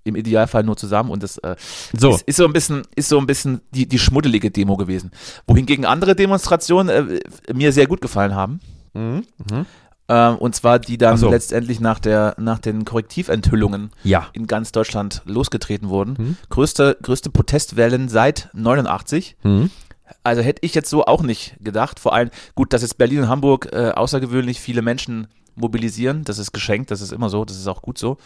im Idealfall nur zusammen und das äh,
So,
Ist, ist so ein bisschen, ist so ein bisschen die, die schmuddelige Demo gewesen. Wohingegen andere Demonstrationen äh, mir sehr gut gefallen haben. Mhm. Ähm, und zwar die dann
Ach so.
letztendlich nach, der, nach den Korrektiventhüllungen
ja.
in ganz Deutschland losgetreten wurden.
Mhm.
Größte, größte Protestwellen seit 89.
Mhm.
Also hätte ich jetzt so auch nicht gedacht. Vor allem, gut, dass jetzt Berlin und Hamburg äh, außergewöhnlich viele Menschen mobilisieren, das ist geschenkt, das ist immer so, das ist auch gut so.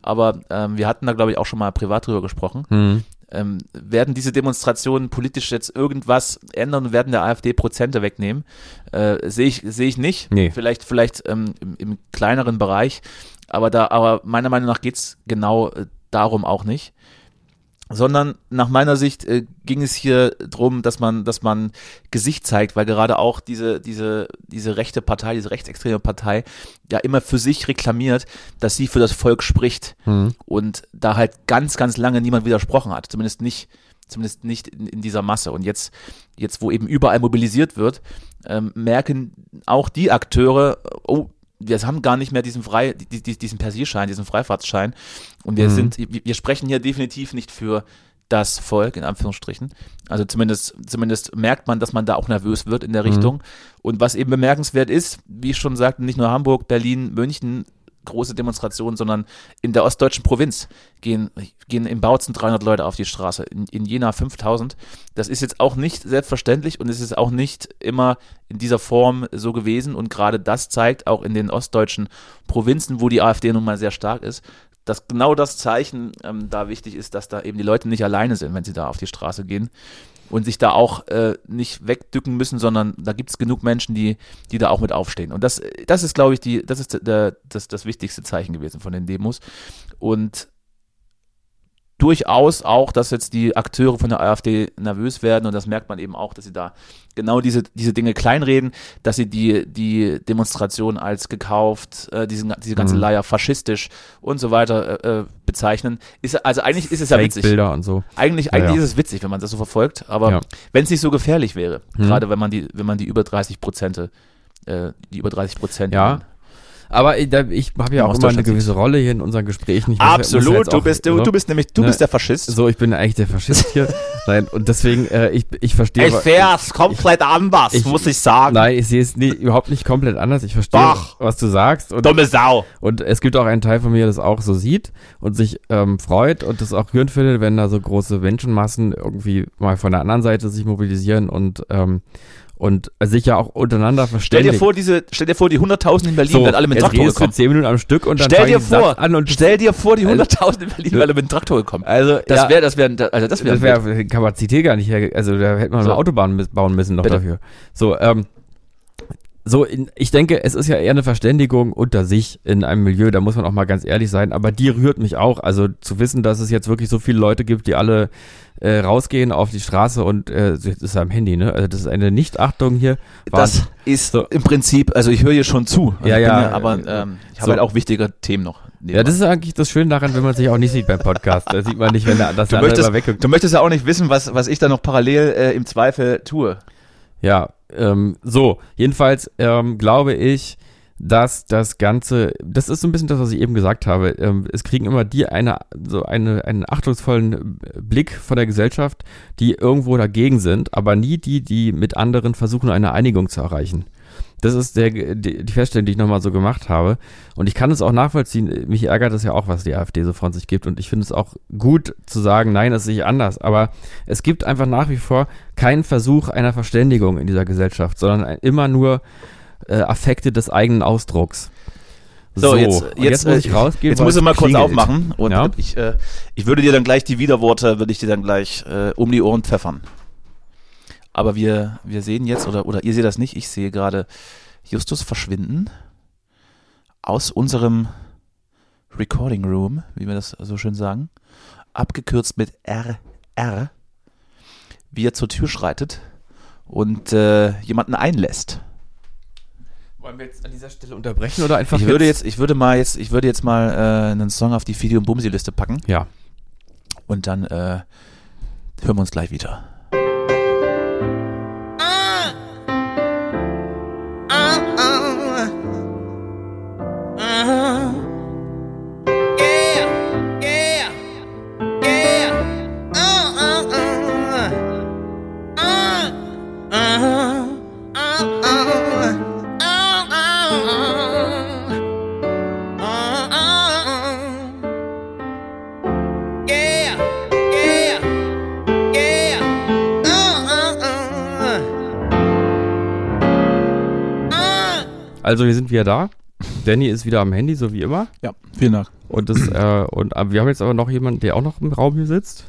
Aber ähm, wir hatten da, glaube ich, auch schon mal privat drüber gesprochen.
Hm.
Ähm, werden diese Demonstrationen politisch jetzt irgendwas ändern und werden der AfD Prozente wegnehmen? Äh, sehe ich, sehe ich nicht.
Nee.
Vielleicht, vielleicht ähm, im, im kleineren Bereich. Aber da, aber meiner Meinung nach geht's genau äh, darum auch nicht. Sondern nach meiner Sicht äh, ging es hier drum, dass man, dass man Gesicht zeigt, weil gerade auch diese, diese, diese rechte Partei, diese rechtsextreme Partei ja immer für sich reklamiert, dass sie für das Volk spricht
Hm.
und da halt ganz, ganz lange niemand widersprochen hat. Zumindest nicht, zumindest nicht in, in dieser Masse. Und jetzt, jetzt, wo eben überall mobilisiert wird, ähm, merken auch die Akteure, oh, wir haben gar nicht mehr diesen frei, die, die, diesen Persierschein, diesen Freifahrtsschein. Und wir
Mhm.
sind, wir wir sprechen hier definitiv nicht für das Volk, in Anführungsstrichen. Also zumindest, zumindest merkt man, dass man da auch nervös wird in der Richtung. Und was eben bemerkenswert ist, wie ich schon sagte, nicht nur Hamburg, Berlin, München, große Demonstrationen, sondern in der ostdeutschen Provinz gehen, gehen in Bautzen 300 Leute auf die Straße, in, in Jena 5000. Das ist jetzt auch nicht selbstverständlich und es ist auch nicht immer in dieser Form so gewesen. Und gerade das zeigt auch in den ostdeutschen Provinzen, wo die AfD nun mal sehr stark ist, dass genau das Zeichen ähm, da wichtig ist, dass da eben die Leute nicht alleine sind, wenn sie da auf die Straße gehen und sich da auch äh, nicht wegdücken müssen, sondern da gibt es genug Menschen, die, die da auch mit aufstehen. Und das, das ist, glaube ich, die, das ist der, das, das wichtigste Zeichen gewesen von den Demos. Und durchaus auch, dass jetzt die Akteure von der AfD nervös werden und das merkt man eben auch, dass sie da genau diese, diese Dinge kleinreden, dass sie die, die Demonstration als gekauft, äh, diesen, diese ganze
Mhm.
Leier faschistisch und so weiter äh, äh, bezeichnen. Ist, also eigentlich ist es ja witzig.
Bilder und so.
Eigentlich,
Ja,
eigentlich
ja.
ist es witzig, wenn man das so verfolgt, aber
Ja.
wenn es nicht so gefährlich wäre,
Hm.
gerade wenn man die, wenn man die über 30 Prozent, äh, die über 30 Prozent.
Ja. Aber ich, da- ich habe ja
Ja,
auch
aus
immer eine
Deutschland
gewisse Rolle hier in unseren Gesprächen. Ich muss ja- muss ja
Absolut,
jetzt
du
auch-
bist, du,
so,
du bist nämlich, du
Ne.
bist der Faschist.
So, ich bin eigentlich der Faschist hier. Nein, und deswegen, äh, ich, ich verstehe. aber-
es komplett anders,
ich-
ich sagen.
Nein, ich sehe es nie, überhaupt nicht komplett anders. Ich verstehe,
Doch.
was du sagst. Und,
Dumme Sau.
und es gibt auch einen Teil von mir, das auch so sieht und sich ähm, freut und das auch rührend findet, wenn da so große Menschenmassen irgendwie mal von der anderen Seite sich mobilisieren und, ähm, und sich ja auch untereinander
Stell
verständigen.
dir vor, diese, stell dir vor, die 100.000 in Berlin
so,
werden alle mit
jetzt
Traktor
redest du
gekommen.
10 Minuten am Stück und dann
Stell
fangen
dir
die Satz
vor,
an und
stell dir vor, die
Also-
100.000 in Berlin werden alle mit dem Traktor gekommen.
also
Das
ja,
wäre, das wäre, also das
Das
wäre,
wäre Kapazität gar nicht her. Also da hätte man
So.
eine Autobahn mis- bauen müssen noch
Bitte.
dafür. So, ähm, so in, ich denke, es ist ja eher eine Verständigung unter sich in einem Milieu, da muss man auch mal ganz ehrlich sein, aber die rührt mich auch. Also zu wissen, dass es jetzt wirklich so viele Leute gibt, die alle äh, rausgehen auf die Straße und äh, so, jetzt ist er am Handy, ne? Also das ist eine Nichtachtung hier.
das ist
So.
im Prinzip, also ich höre hier schon zu. Also
Ja,
ich bin
ja.
aber ähm, ich habe
So.
halt auch wichtige Themen noch.
ja, das ist eigentlich das Schöne daran, wenn man sich auch nicht sieht beim Podcast. Da sieht man nicht, wenn der das
Du möchtest,
immer wegguckt.
du möchtest ja auch nicht wissen, was, was ich da noch parallel äh, im Zweifel tue.
Ja, ähm, so, jedenfalls ähm, glaube ich, dass das Ganze, das ist so ein bisschen das, was ich eben gesagt habe. Ähm, es kriegen immer die eine, so eine, einen achtungsvollen äh, Blick von der Gesellschaft, die irgendwo dagegen sind, aber nie die, die mit anderen versuchen, eine Einigung zu erreichen. Das ist der, die, die Feststellung, die ich nochmal so gemacht habe. Und ich kann es auch nachvollziehen. Mich ärgert es ja auch, was die AfD so von sich gibt. Und ich finde es auch gut zu sagen, nein, das sehe ich anders. Aber es gibt einfach nach wie vor keinen Versuch einer Verständigung in dieser Gesellschaft, sondern ein- immer nur äh, Affekte des eigenen Ausdrucks.
So, jetzt-
Und
jetzt,
jetzt, muss ich
äh,
rausgehen.
Jetzt
weil
muss ich
es
mal kurz
klingelt.
aufmachen und
Ja.
ich, äh, ich würde dir dann gleich die Widerworte, würde ich dir dann gleich äh, um die Ohren pfeffern. Aber wir, wir sehen jetzt, oder, oder ihr seht das nicht, ich sehe gerade Justus verschwinden aus unserem Recording Room, wie wir das so schön sagen, abgekürzt mit RR, wie er zur Tür schreitet und äh, jemanden einlässt.
Wollen wir jetzt an dieser Stelle unterbrechen oder einfach
Ich würde jetzt, ich würde mal jetzt, ich würde jetzt mal äh, einen Song auf die Video- und Bumsi-Liste packen.
Ja.
Und dann äh, hören wir uns gleich wieder.
Yeah, yeah, yeah.
Also wir sind wieder da. Danny ist wieder am Handy, so wie immer.
Ja, vielen Dank.
Und das, äh, und äh, wir haben jetzt aber noch jemanden, der auch noch im Raum hier sitzt.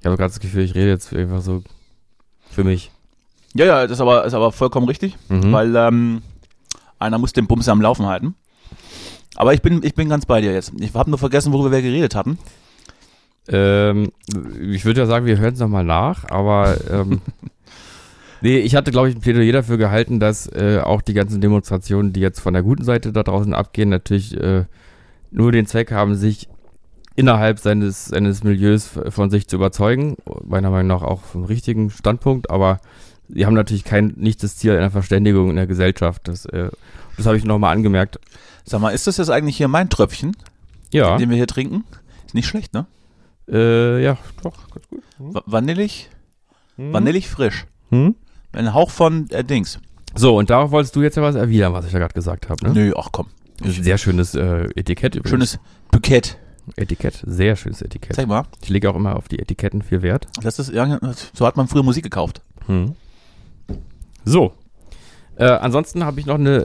Ich habe gerade das Gefühl, ich rede jetzt einfach so für mich.
Ja, ja, das ist aber, ist aber vollkommen richtig,
Mhm.
weil ähm, einer muss den Bums am Laufen halten. Aber ich bin, ich bin ganz bei dir jetzt. Ich habe nur vergessen, worüber wir geredet hatten.
Ähm, ich würde ja sagen, wir hören es nochmal nach, aber ähm, nee, ich hatte, glaube ich, ein Plädoyer dafür gehalten, dass äh, auch die ganzen Demonstrationen, die jetzt von der guten Seite da draußen abgehen, natürlich äh, nur den Zweck haben, sich innerhalb seines, seines Milieus von sich zu überzeugen. Meiner Meinung nach auch vom richtigen Standpunkt, aber sie haben natürlich kein, nicht das Ziel einer Verständigung in der Gesellschaft. Das, äh, das habe ich nochmal angemerkt.
Sag mal, ist das jetzt eigentlich hier mein Tröpfchen,
Ja,
den wir hier trinken? Ist nicht schlecht, ne?
äh, ja, doch, ganz gut.
W vanillig, vanillig frisch.
Hm?
Ein Hauch von äh, Dings.
So, und darauf wolltest du jetzt ja was erwidern, was ich da gerade gesagt habe, ne?
Nö, ach komm.
Das ist ein sehr schönes äh, Etikett übrigens.
Schönes Bukett.
Etikett, sehr schönes Etikett.
Zeig mal.
Ich lege auch immer auf die Etiketten viel Wert.
Das ist, ja, so hat man früher Musik gekauft.
Hm. So. Äh, ansonsten habe ich noch eine,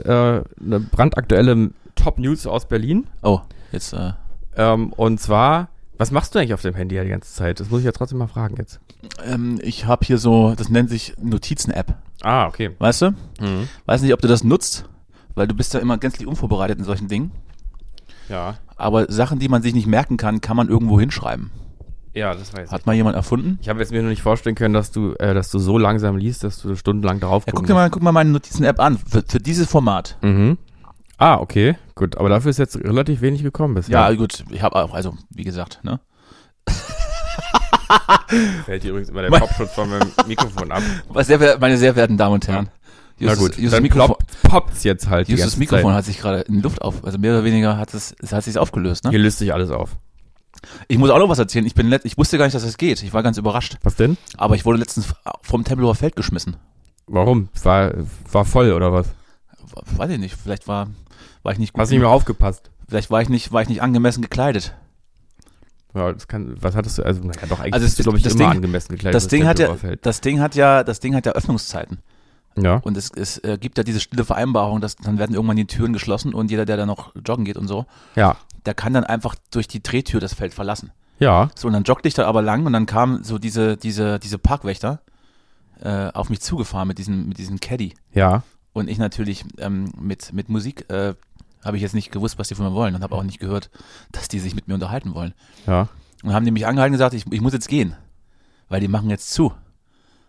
äh, eine brandaktuelle Top-News aus Berlin.
Oh, jetzt, äh,
Ähm, und zwar, was machst du eigentlich auf dem Handy ja die ganze Zeit? Das muss ich ja trotzdem mal fragen jetzt.
ähm, ich habe hier so, das nennt sich Notizen-App.
Ah, okay.
Weißt du?
Mhm.
Weiß nicht, ob du das nutzt, weil du bist ja immer gänzlich unvorbereitet in solchen Dingen.
Ja.
Aber Sachen, die man sich nicht merken kann, kann man irgendwo hinschreiben.
Ja, das weiß ich.
Hat mal jemand erfunden?
Ich habe jetzt mir noch nicht vorstellen können, dass du, äh, dass du so langsam liest, dass du stundenlang darauf
Ja,
gucken
guck dir mal, guck mal meine Notizen-App an. Für, für dieses Format.
Mhm. Ah, okay, gut. Aber dafür ist jetzt relativ wenig gekommen
Ja,
bisher.
gut, ich habe auch, also, wie gesagt, ne?
Ja, fällt hier übrigens immer der
Mein-
Popschutz von meinem Mikrofon ab.
Was sehr ver- meine sehr verehrten Damen und Herren.
Na
Justus-
gut,
Justus
dann
Mikrofon,
plopp, poppt's jetzt halt. die
Justus
ganze
Mikrofon
Zeit.
hat sich gerade in Luft auf, also mehr oder weniger hat es, es hat sich aufgelöst, ne?
Hier löst sich alles auf.
Ich muss auch noch was erzählen. Ich bin let ich wusste gar nicht, dass das geht. Ich war ganz überrascht.
Was denn?
Aber ich wurde letztens vom Tempelhofer Feld geschmissen.
Warum? War, war voll oder was?
Weiß ich nicht. Vielleicht war, war ich nicht gut.
Hast nicht mehr aufgepasst?
vielleicht war ich nicht, war ich nicht angemessen gekleidet.
Ja, das kann, was hattest du? Also, naja, doch, eigentlich
Also
bist du,
das-
glaube ich,
das
immer
Ding-
angemessen gekleidet.
Das
was
Ding hat ja,
Tempelhofer
das Ding hat ja, das Ding hat ja Öffnungszeiten.
Feld. Ja.
Und es, es äh, gibt ja diese stille Vereinbarung, dass dann werden irgendwann die Türen geschlossen und jeder, der da noch joggen geht und so,
Ja.
der kann dann einfach durch die Drehtür das Feld verlassen.
Ja.
So, und dann joggte ich da aber lang und dann kamen so diese, diese, diese Parkwächter äh, auf mich zugefahren mit diesem, mit diesem Caddy.
Ja.
Und ich natürlich ähm, mit, mit Musik äh, habe ich jetzt nicht gewusst, was die von mir wollen und habe auch nicht gehört, dass die sich mit mir unterhalten wollen.
Ja.
Und haben die mich angehalten und gesagt, ich, ich muss jetzt gehen, weil die machen jetzt zu.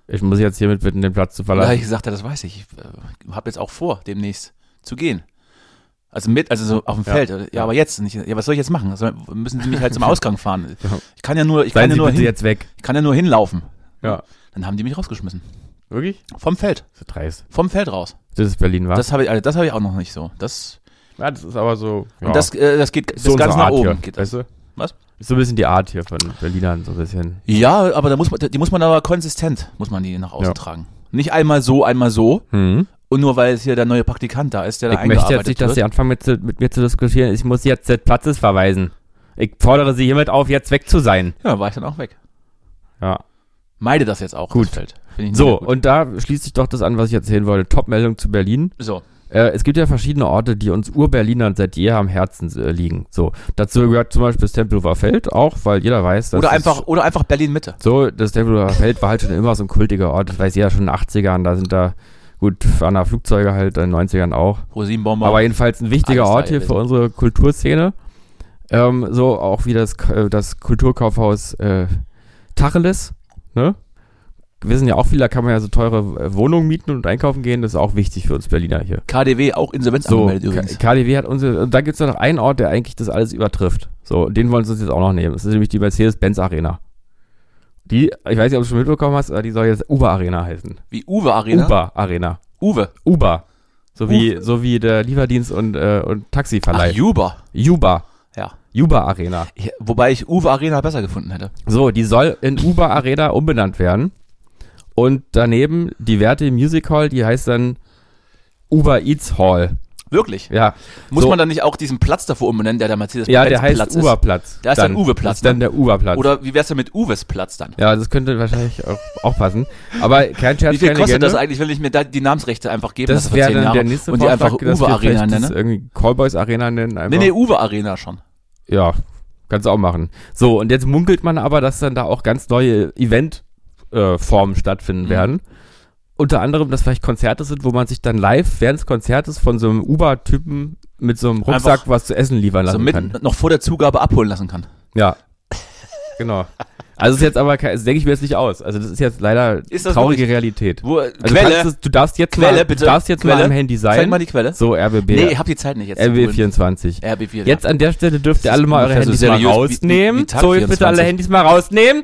Ich muss jetzt hiermit bitten, den Platz zu
Da habe ich
verlassen.
gesagt, ja, das weiß ich, ich äh, habe jetzt auch vor, demnächst zu gehen. Also mit, also so auf dem
Ja.
Feld. Ja, aber jetzt. Nicht, ja, was soll ich jetzt machen? Soll- müssen sie mich halt zum Ausgang fahren?
Ja.
Ich kann ja nur, ich kann
Seien
ja
Sie
nur,
bitte
hin,
jetzt weg.
ich kann ja nur hinlaufen.
Ja.
Dann haben die mich rausgeschmissen.
Wirklich?
Vom Feld.
Das ist dreist.
Vom Feld raus.
Das ist Berlin, war.
Das habe ich, also das habe ich auch noch nicht so. Das,
ja, das ist aber so. ja.
Und das, äh, das geht das
so
ganz
unsere
nach
Art
oben.
Hier,
Geht das.
weißt du?
Was?
Ist so ein bisschen die Art hier von Berlinern, so ein bisschen.
Ja, aber da muss man, die muss man aber konsistent, muss man die nach außen
Ja.
tragen. Nicht einmal so, einmal so.
Hm.
Und nur weil es hier der neue Praktikant da ist, der da
Ich möchte jetzt
eingearbeitet
nicht, dass Sie
wird.
anfangen, mit, zu- mit mir zu diskutieren. Ich muss Sie jetzt des Platzes verweisen. Ich fordere Sie hiermit auf, jetzt weg zu sein.
Ja, war ich dann auch weg.
Ja.
Meide das jetzt auch.
Gut.
das Feld. Finde ich nicht
So,
gut.
und da schließt sich doch das an, was ich erzählen wollte. Top-Meldung zu Berlin.
so.
Äh, es gibt ja verschiedene Orte, die uns Ur-Berlinern seit jeher am Herzen äh, liegen. So, dazu gehört zum Beispiel das Tempelhofer Feld auch, weil jeder weiß, dass
Oder
es-
einfach, oder einfach Berlin Mitte.
So, das Tempelhofer Feld war halt schon immer so ein kultiger Ort. Das weiß jeder schon in den 80ern. Da sind da, gut, waren da Flugzeuge halt, in den 90ern auch.
Rosinenbomber.
Aber jedenfalls ein wichtiger
Alles da
Ort hier
gewesen.
für unsere Kulturszene. Ähm, so auch wie das, K- äh, das Kulturkaufhaus äh, Tacheles. Ne? Wir sind ja auch viel, da kann man ja so teure äh, Wohnungen mieten und einkaufen gehen. Das ist auch wichtig für uns Berliner hier.
KDW auch Insolvenz
So,
angemeldet
K-
übrigens.
KDW hat unsere, und da gibt es noch einen Ort, der eigentlich das alles übertrifft. So, den wollen sie uns jetzt auch noch nehmen. Das ist nämlich die Mercedes-Benz Arena. Die, ich weiß nicht, ob du es schon mitbekommen hast, aber die soll jetzt Uber Arena heißen.
Wie Uwe Arena.
Uber Arena.
Uwe.
Uber. So wie, so wie der Lieferdienst und, äh, und Taxiverleih.
Ach, Uber.
Uber.
Ja.
Uber Arena.
Ich, wobei ich Uwe Arena besser gefunden hätte.
So, die soll in Uber Arena umbenannt werden. Und daneben die Werte Music Hall, die heißt dann Uber Eats Hall.
Wirklich.
Ja.
Muss
So.
man dann nicht auch diesen Platz davor umbenennen, der der Matthias
Ja, der heißt
Platz
Uwe-Platz.
Da ist dann Uwe-Platz,
Ist dann der Uwe-Platz.
ist? Oder wie wär's denn mit Uwes Platz dann?
ja, das könnte wahrscheinlich auch, auch passen. Aber kein Scherz,
Wie viel
keine
kostet
Legende.
das eigentlich, wenn ich mir da die Namensrechte einfach geben
Das
lasse
wäre dann der nächste
und die einfach
Vorschlag, dass wir
Uwe Arena
vielleicht das
nenne?
irgendwie Callboys Arena nennen. Einfach.
Nee, nee, Uwe Arena schon.
Ja, kannst du auch machen. So, und jetzt munkelt man aber, dass dann da auch ganz neue Eventformen äh, Formen
Mhm.
stattfinden werden. Unter anderem, dass vielleicht Konzerte sind, wo man sich dann live während des Konzertes von so einem Uber-Typen mit so einem Rucksack
Einfach
was zu essen liefern lassen
So mit,
kann.
noch vor der Zugabe abholen lassen kann.
Ja. Genau. Also ist jetzt aber, kein- das denke ich mir jetzt nicht aus. Also das ist jetzt leider
Ist das
traurige Realität.
Wo,
Also du kannst es, du darfst jetzt mal,
Quelle, bitte.
Du darfst jetzt mal
Quelle.
am Handy sein.
zeig mal die Quelle.
so RBB.
nee, ich hab die Zeit nicht jetzt.
RB24.
RB4.
Jetzt an der Stelle dürft ihr
ist
alle mal eure
ungefähr so
Handys mal
seriös wie-
rausnehmen.
wie- wie Tag
so, jetzt bitte alle
24.
Handys mal rausnehmen.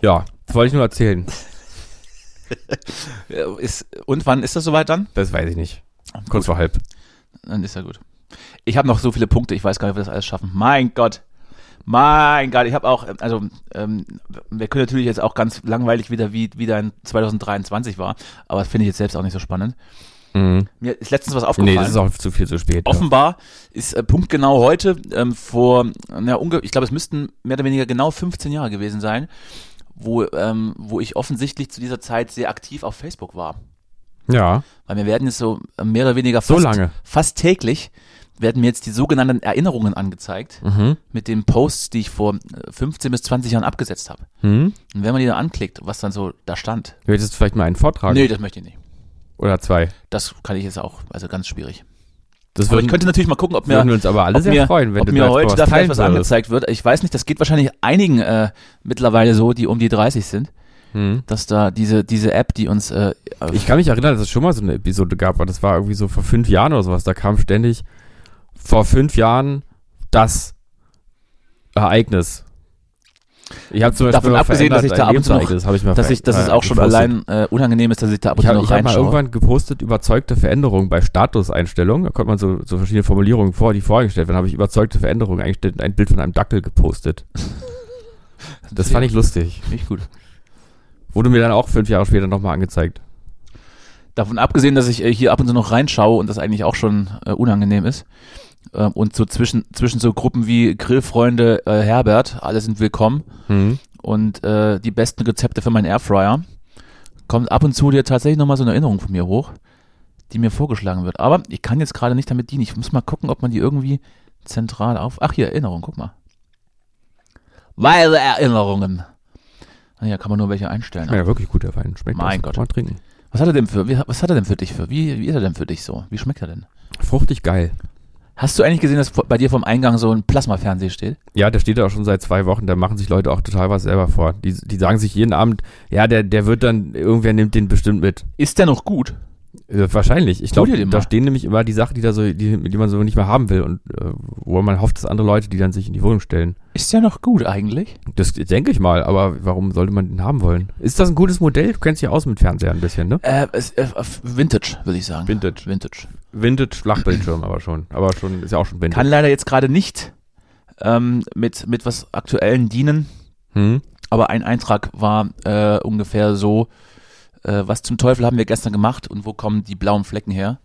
Ja, das wollte ich nur erzählen.
ja. Äh, Ist, und wann ist das soweit dann?
Das weiß ich nicht. Kurz vor halb.
Dann ist ja gut. Ich habe noch so viele Punkte, ich weiß gar nicht, ob wir das alles schaffen. Mein Gott. Mein Gott, ich habe auch, ähm, also ähm, wir können natürlich jetzt auch ganz langweilig wieder, wie, wie dein 2023 war, aber das finde ich jetzt selbst auch nicht so spannend.
Mhm.
Mir ist letztens was aufgefallen.
Nee, das ist auch zu viel zu spät. ja.
Offenbar ist äh, punktgenau heute ähm, vor, na, unge ich glaube, es müssten mehr oder weniger genau 15 Jahre gewesen sein, wo, ähm, wo ich offensichtlich zu dieser Zeit sehr aktiv auf Facebook war.
Ja.
Weil mir werden jetzt so äh, mehr oder weniger
So
fast,
lange.
fast täglich werden mir jetzt die sogenannten Erinnerungen angezeigt
Mhm.
mit den Posts, die ich vor äh, 15 bis 20 Jahren abgesetzt habe.
Hm?
Und wenn man die dann anklickt, was dann so da stand.
Du hättest vielleicht mal einen Vortrag
Nee, das möchte ich nicht.
oder zwei.
Das kann ich jetzt auch, also ganz schwierig.
Das
Aber ich
würden,
könnte natürlich mal gucken, ob mir
würden wir uns aber alle
ob
sehr
mir,
freuen, wenn
ob
du
mir
da
heute
was
da vielleicht
teilen
was
würdest.
angezeigt wird. Ich weiß nicht, das geht wahrscheinlich einigen äh, mittlerweile so, die um die 30 sind,
Hm.
dass da diese, diese App, die uns äh,
Ich kann mich erinnern, dass es schon mal so eine Episode gab, aber das war irgendwie so vor fünf Jahren oder sowas. Da kam ständig vor fünf Jahren das Ereignis. Ich habe zum Beispiel
Davon
mal
abgesehen, dass
verändert,
ich da
ein
ab und zu noch-
Lebensereignis habe ich mal
dass ich, dass
ver-
es
äh,
auch schon
gepostet.
allein äh, unangenehm ist, dass ich da ab und
Ich
zu
habe hab
noch
mal
reinschaue.
irgendwann gepostet, überzeugte Veränderung bei Statuseinstellungen. Da konnte man so, so verschiedene Formulierungen vor, die vorgestellt werden. habe ich überzeugte Veränderung eingestellt und ein Bild von einem Dackel gepostet. Das fand ich lustig.
nicht gut.
Wurde mir dann auch fünf Jahre später nochmal angezeigt.
Davon abgesehen, dass ich äh, hier ab und zu noch reinschaue und das eigentlich auch schon äh, unangenehm ist. Ähm, und so zwischen, zwischen so Gruppen wie Grillfreunde äh, Herbert, alle sind willkommen
Hm.
und äh, die besten Rezepte für meinen Airfryer, kommt ab und zu dir tatsächlich nochmal so eine Erinnerung von mir hoch, die mir vorgeschlagen wird. Aber ich kann jetzt gerade nicht damit dienen. Ich muss mal gucken, ob man die irgendwie zentral auf. Ach hier, Erinnerung, guck mal. Weile Erinnerungen. Naja, kann man nur welche einstellen.
Ja, wirklich gut, der Wein. Schmeckt
Mein
das.
Gott.
Mal trinken.
Was hat er denn für, wie, was hat er denn für dich für? Wie, wie ist er denn für dich so? Wie schmeckt er denn?
Fruchtig geil.
Hast du eigentlich gesehen, dass vor- bei dir vom Eingang so ein Plasmafernseher steht?
Ja, der steht ja auch schon seit zwei Wochen. Da machen sich Leute auch total was selber vor. Die, die sagen sich jeden Abend, ja, der, der wird dann, irgendwer nimmt den bestimmt mit.
Ist der noch gut?
Äh, wahrscheinlich. Ich
Hol dir
glaube,
den
da
mal.
stehen nämlich immer die Sachen, die, da so, die, die man so nicht mehr haben will und äh, wo man hofft, dass andere Leute die dann sich in die Wohnung stellen.
Ist der noch gut eigentlich?
Das denke ich mal, aber warum sollte man den haben wollen? Ist das ein gutes Modell? Du kennst dich aus mit Fernseher ein bisschen, ne?
Äh, es, äh, Vintage, würde ich sagen.
Vintage.
Vintage.
Vintage Flachbildschirm aber schon. Aber schon, ist ja auch schon
Kann
Vintage.
leider jetzt gerade nicht ähm, mit, mit was Aktuellen dienen,
Hm?
aber ein Eintrag war äh, ungefähr so, äh, was zum Teufel haben wir gestern gemacht und wo kommen die blauen Flecken her?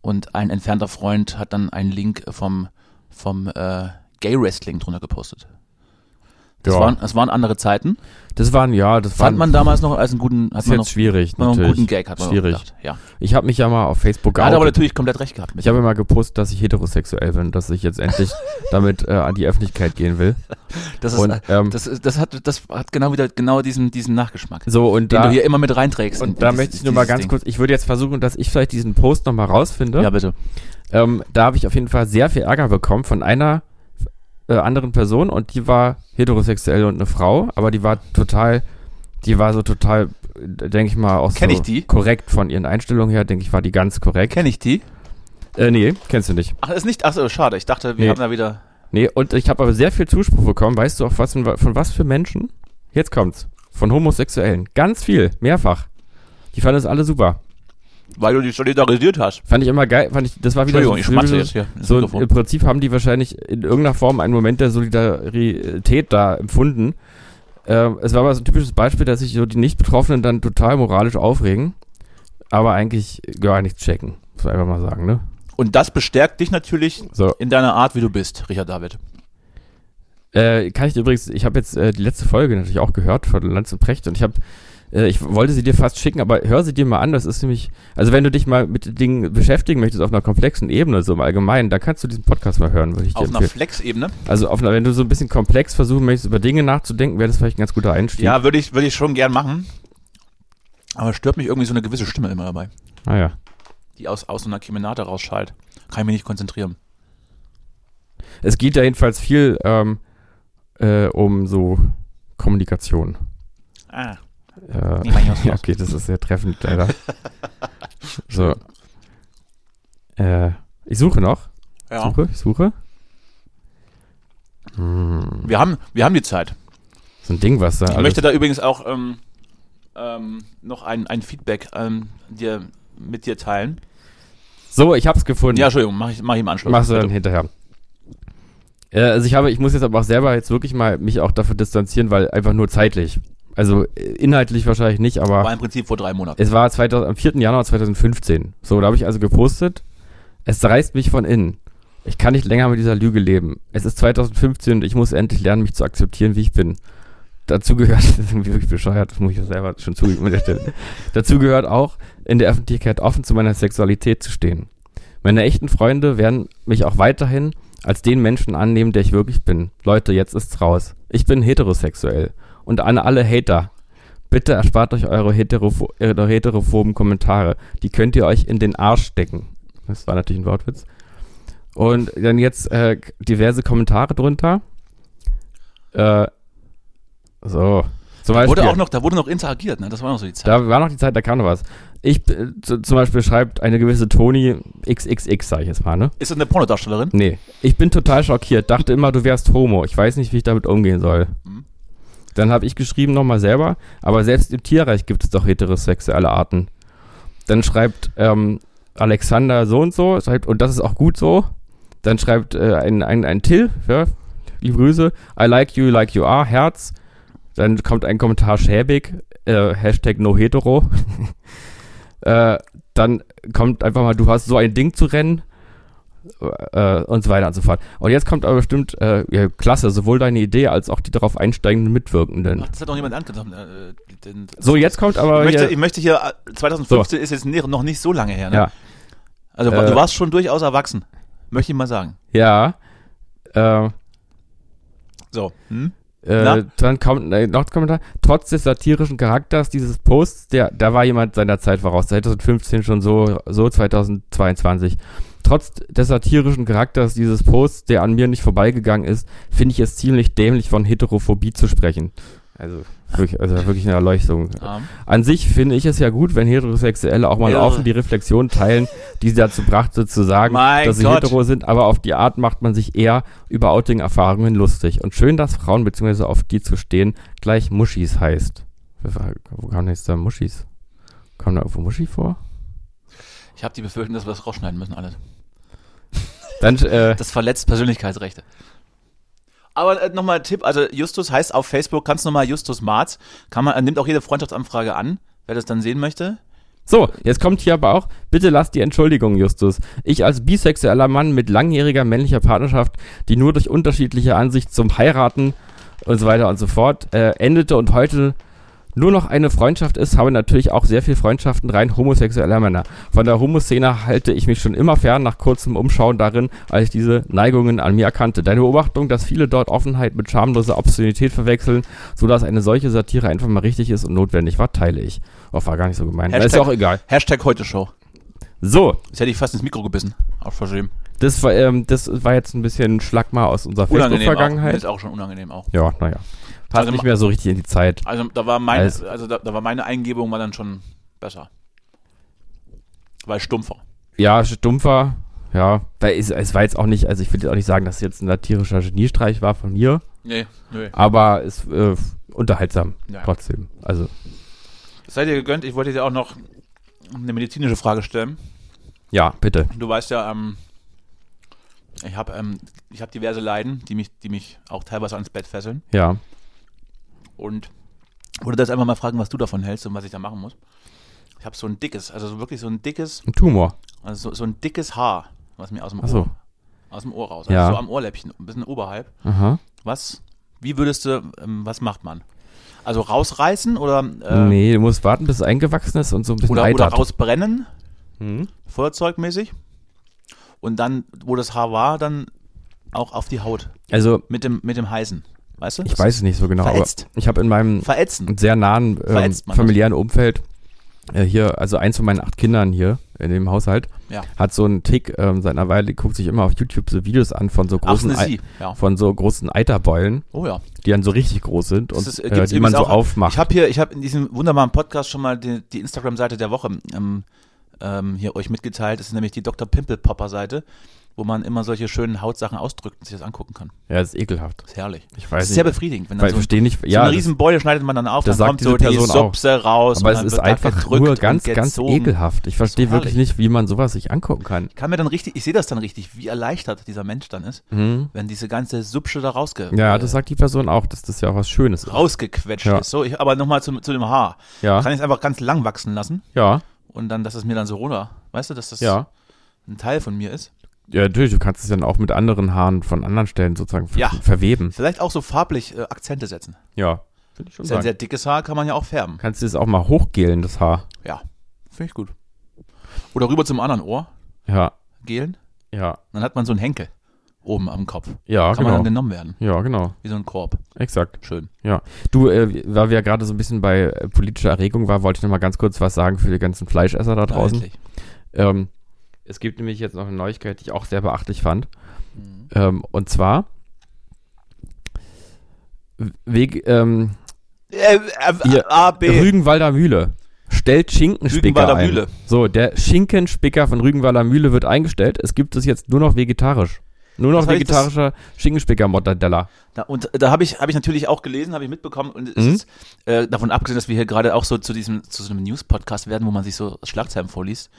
Und ein entfernter Freund hat dann einen Link vom, vom äh, Gay Wrestling drunter gepostet. Das,
Ja.
waren, das waren andere Zeiten.
Das waren, ja, das
Fand
waren,
man damals noch als einen guten, hat
ist
man
jetzt
noch,
schwierig,
noch einen guten
natürlich.
Gag, hat man
Schwierig.
Noch gedacht. Ja.
Ich habe mich ja mal auf Facebook
Da hat er aber
geoutet.
natürlich komplett recht gehabt. Mit.
Ich habe immer gepostet, dass ich heterosexuell bin, dass ich jetzt endlich damit äh, an die Öffentlichkeit gehen will.
das, ist, äh,
Und ähm,
das, ist, das, hat, das hat genau wieder genau diesen, diesen Nachgeschmack.
so und
den
da
du hier immer mit reinträgst. in
und da
dieses-
möchte ich nur mal
dieses
ganz
Ding.
kurz. Ich würde jetzt versuchen, dass ich vielleicht diesen Post noch mal rausfinde.
Ja, bitte.
Ähm, da habe ich auf jeden Fall sehr viel Ärger bekommen von einer äh, anderen Person und die war heterosexuell und eine Frau, aber die war total, die war so total, denke ich mal, auch
Kenn
so
ich die?
korrekt von ihren Einstellungen her. Denke ich, war die ganz korrekt.
Kenne ich die?
Äh, nee, kennst du nicht.
Ach, ist nicht. Ach so, schade. Ich dachte, wir
Nee.
haben da wieder.
Nee, und ich habe aber sehr viel Zuspruch bekommen. Weißt du auch was von, von was für Menschen? Jetzt kommt's. Von Homosexuellen. Ganz viel, mehrfach. Die fanden es alle super.
Weil du die solidarisiert hast.
Fand ich immer geil, fand ich, das war wieder
Entschuldigung, ich schmatze
so,
jetzt hier. ins
so
Mikrofon.
im Prinzip haben die wahrscheinlich in irgendeiner Form einen Moment der Solidarität da empfunden. Ähm, es war aber so ein typisches Beispiel, dass sich so die Nicht-Betroffenen dann total moralisch aufregen. aber eigentlich gar nichts checken. Muss man einfach mal sagen, ne?
Und das bestärkt dich natürlich
So.
in deiner Art, wie du bist, Richard David.
Äh, kann ich dir übrigens, ich habe jetzt äh, die letzte Folge natürlich auch gehört von Lanz und Precht und ich habe, äh, ich wollte sie dir fast schicken, aber hör sie dir mal an, das ist nämlich, also wenn du dich mal mit Dingen beschäftigen möchtest auf einer komplexen Ebene, so im Allgemeinen, dann kannst du diesen Podcast mal hören, würde ich dir
Auf einer
empfehlen.
Flex-Ebene.
Also auf einer, wenn du so ein bisschen komplex versuchen möchtest, über Dinge nachzudenken, wäre das vielleicht ein ganz guter Einstieg.
Ja, würde ich, würde ich schon gern machen. Aber stört mich irgendwie so eine gewisse Stimme immer dabei,
Ah, ja.
die aus, aus so einer Kemenate rausschallt. Kann ich mich nicht konzentrieren.
Es geht da jedenfalls viel ähm, äh, um so Kommunikation.
Ah.
Äh,
Ich meine, was
ja,
los?
okay, das ist sehr treffend, leider. so. Äh, ich suche noch. Ich
Ja.
Suche, ich suche.
Wir haben, wir haben die Zeit.
So ein Ding, was da.
Ich möchte da übrigens auch ähm, ähm, noch ein, ein Feedback ähm, dir, mit dir teilen.
so, ich hab's gefunden.
Ja, Entschuldigung, mach ich, mach ich im Anschluss.
Machst du dann hinterher. Äh, also ich habe, ich muss jetzt aber auch selber jetzt wirklich mal mich auch dafür distanzieren, weil einfach nur zeitlich. Also äh, inhaltlich wahrscheinlich nicht, aber.
War im Prinzip vor drei Monaten.
Es war 2000, am 4. Januar 2015. So, da habe ich also gepostet. Es reißt mich von innen. Ich kann nicht länger mit dieser Lüge leben. Es ist 2015 und ich muss endlich lernen, mich zu akzeptieren, wie ich bin. Dazu gehört, das ist irgendwie wirklich bescheuert, das muss ich selber schon zugeben an der Stelle. Dazu gehört auch, in der Öffentlichkeit offen zu meiner Sexualität zu stehen. Meine echten Freunde werden mich auch weiterhin als den Menschen annehmen, der ich wirklich bin. Leute, jetzt ist's raus. Ich bin heterosexuell. Und an alle Hater, Bitte erspart euch eure, heteropho eure heterophoben Kommentare. Die könnt ihr euch in den Arsch stecken. Das war natürlich ein Wortwitz. Und dann jetzt äh, diverse Kommentare drunter. Äh, so. Zum Beispiel.
Wurde auch noch, da wurde noch interagiert, ne? Das war noch so die Zeit.
Da war noch die Zeit, da kam noch was. Ich äh, z- zum Beispiel schreibt eine gewisse Toni XXX, sage ich jetzt mal, ne?
Ist das eine Pornodarstellerin?
Nee. Ich bin total schockiert. Dachte immer, du wärst Homo. Ich weiß nicht, wie ich damit umgehen soll.
Mhm.
Dann habe ich geschrieben nochmal selber, aber selbst im Tierreich gibt es doch heterosexuelle Arten. Dann schreibt ähm, Alexander so und so, schreibt, und das ist auch gut so. Dann schreibt äh, ein, ein, ein Till, ja, liebe Grüße, I like you, like you are, Herz. Dann kommt ein Kommentar schäbig, äh, Hashtag no hetero. äh, dann kommt einfach mal, du hast so ein Ding zu rennen äh, und so weiter und so fort. Und jetzt kommt aber bestimmt, äh, ja, klasse, sowohl deine Idee als auch die darauf einsteigenden Mitwirkenden.
Ach, das hat noch jemand angenommen. Äh, den-
So, jetzt kommt aber
ich, möchte,
hier,
ich möchte hier, äh, 2015 ist jetzt ni- noch nicht so lange her, ne?
Ja.
Also
Äh,
du warst schon durchaus erwachsen. Möchte ich mal sagen.
ja, äh,
So. Hm? Na?
äh, dann kommt äh, noch ein Kommentar. Trotz des satirischen Charakters dieses Posts, der, da war jemand seiner Zeit voraus. 2015 schon so, so 2022. Trotz des satirischen Charakters dieses Posts, der an mir nicht vorbeigegangen ist, finde ich es ziemlich dämlich, von Heterophobie zu sprechen. Also wirklich, also wirklich eine Erleuchtung.
Ähm,
An sich finde ich es ja gut, wenn Heterosexuelle auch mal
Ja.
offen die Reflexion teilen, die sie dazu brachte, zu sagen,
Mein
dass sie
Gott.
hetero sind, aber auf die Art macht man sich eher über Outing-Erfahrungen lustig. Und schön, dass Frauen bzw. auf die zu stehen gleich Muschis heißt. Wo kam denn jetzt da Muschis? Kam da irgendwo Muschi vor?
ich habe die Befürchtung, dass wir das rausschneiden müssen alles.
Dann, äh,
Das verletzt Persönlichkeitsrechte. Aber äh, nochmal Tipp, also Justus heißt auf Facebook ganz normal Justus Marz. Kann man, er nimmt auch jede Freundschaftsanfrage an, wer das dann sehen möchte.
So, jetzt kommt hier aber auch, bitte lass die Entschuldigung, Justus. Ich als bisexueller Mann mit langjähriger männlicher Partnerschaft, die nur durch unterschiedliche Ansicht zum Heiraten und so weiter und so fort äh, endete und heute nur noch eine Freundschaft ist, habe natürlich auch sehr viel Freundschaften rein homosexueller Männer. Von der Homoszene halte ich mich schon immer fern nach kurzem Umschauen darin, als ich diese Neigungen an mir erkannte. Deine Beobachtung, dass viele dort Offenheit mit schamloser Obszönität verwechseln, sodass eine solche Satire einfach mal richtig ist und notwendig war, teile ich. Oh, war gar nicht so gemeint. ist ja
Hashtag-
auch egal.
Hashtag heute Show.
So,
Das hätte ich fast ins Mikro gebissen. Auch verschämt.
das war, ähm, das war jetzt ein bisschen ein Schlag mal aus unserer
Auch,
Facebook-Vergangenheit.
ist auch schon unangenehm auch.
Ja, naja. Passt
Also
nicht
ma-
mehr so richtig in die Zeit.
Also da war meine,
Also-
also, da, da war meine Eingebung war dann schon besser. Weil stumpfer.
Ja, stumpfer. Ja, weil es, es war jetzt auch nicht, also ich will jetzt auch nicht sagen, dass es jetzt ein satirischer Geniestreich war von mir,
Nee, nee.
aber es äh, unterhaltsam
Ja.
trotzdem. Also,
Das seid ihr gegönnt, ich wollte dir auch noch eine medizinische Frage stellen.
ja, bitte.
Du weißt ja, ähm, ich habe ähm, ich hab diverse Leiden, die mich, die mich auch teilweise ans Bett fesseln.
Ja.
Und würde das einfach mal fragen, was du davon hältst und was ich da machen muss. Ich habe so ein dickes, also so wirklich so ein dickes,
Ein Tumor.
also so, so ein dickes Haar, was mir aus dem
Ach so.
Ohr, aus dem Ohr raus, also
Ja.
so am Ohrläppchen, ein bisschen oberhalb.
Aha.
Was, wie würdest du, ähm, was macht man? Also rausreißen oder, äh,
nee, du musst warten, bis es eingewachsen ist und so ein bisschen
oder, oder
eitert.
rausbrennen,
Mhm.
feuerzeugmäßig. Und dann, wo das Haar war, dann auch auf die Haut.
Also,
Mit dem, mit dem Heißen. Weißt du?
ich weiß es nicht so genau,
Verätzt.
aber ich habe in meinem
Verätzen.
sehr nahen ähm,
Verätzt man das?
familiären Umfeld äh, hier, also eins von meinen acht Kindern hier in dem Haushalt,
Ja.
hat so einen Tick ähm, seit einer Weile, guckt sich immer auf YouTube so Videos an von so
Ach,
großen,
ne
Ei
Sie. Ja.
von so großen Eiterbeulen,
Oh ja.
die dann so richtig groß sind und
Das ist, äh,
äh,
gibt's
die man so
übrigens auch-
aufmacht.
Ich habe hier, ich habe in diesem wunderbaren Podcast schon mal die, die Instagram-Seite der Woche ähm, ähm, hier euch mitgeteilt. Das ist nämlich die Dr. Pimple Popper-Seite, wo man immer solche schönen Hautsachen ausdrückt und sich das angucken kann.
ja, das ist ekelhaft.
Das ist herrlich.
Ich
Das
weiß
ist sehr
nicht.
befriedigend, wenn
Weil
dann
ich
so, ein-
verstehe nicht,
so
ja,
eine
das,
Riesenbeule schneidet man dann auf,
das
dann
sagt
kommt
diese
so die
Person auch.
Supse raus.
aber
und
es
dann
ist
wird da
einfach
gedrückt
nur
und
ganz, ganz
gezogen.
ekelhaft. Ich
ist
verstehe
doch
wirklich
herrlich.
nicht, wie man sowas sich angucken kann.
Kann mir dann richtig, ich sehe das dann richtig, wie erleichtert dieser Mensch dann ist,
Mhm.
wenn diese ganze Subsche da rausge
Ja,
äh,
das sagt die Person auch, dass das ja auch was Schönes ist.
rausgequetscht
Ja.
ist. So, ich, aber nochmal zu, zu dem Haar. Kann
Ja,
ich es einfach ganz lang wachsen lassen
ja,
und dann, dass es mir dann so runter, weißt du, dass das
ja.
ein Teil von mir ist.
Ja, natürlich, du kannst es dann auch mit anderen Haaren von anderen Stellen sozusagen ver
Ja.
verweben.
Vielleicht auch so farblich äh, Akzente setzen.
Ja, finde ich schon
Ist ja ein sehr dickes Haar, kann man ja auch färben.
Kannst du das auch mal hochgelen, das Haar?
Ja, finde ich gut. Oder rüber zum anderen Ohr
Ja,
gelen,
ja,
dann hat man so einen Henkel oben am Kopf. Kann
ja,
man
genau.
dann genommen werden,
ja, genau,
wie so ein Korb.
exakt.
Schön.
Ja, du, äh, weil wir ja gerade so ein bisschen bei äh, politischer Erregung war, wollte ich noch mal ganz kurz was sagen für die ganzen Fleischesser da draußen.
Endlich.
Ähm, es gibt nämlich jetzt noch eine Neuigkeit, die ich auch sehr beachtlich fand. Ähm, und zwar weg, ähm,
Äh, äh,
Ihr-
A, B.
Rügenwalder Mühle stellt Schinkenspicker
Rügenwalder
ein.
Mühle.
So, der Schinkenspicker von Rügenwalder Mühle wird eingestellt. Es gibt es jetzt nur noch vegetarisch. Nur noch
Das heißt,
vegetarischer Schinkenspicker-Mortadella.
Da, und da habe ich, hab ich natürlich auch gelesen, habe ich mitbekommen und es
Mhm.
ist, äh, davon abgesehen, dass wir hier gerade auch so zu diesem zu so einem News-Podcast werden, wo man sich so Schlagzeilen vorliest.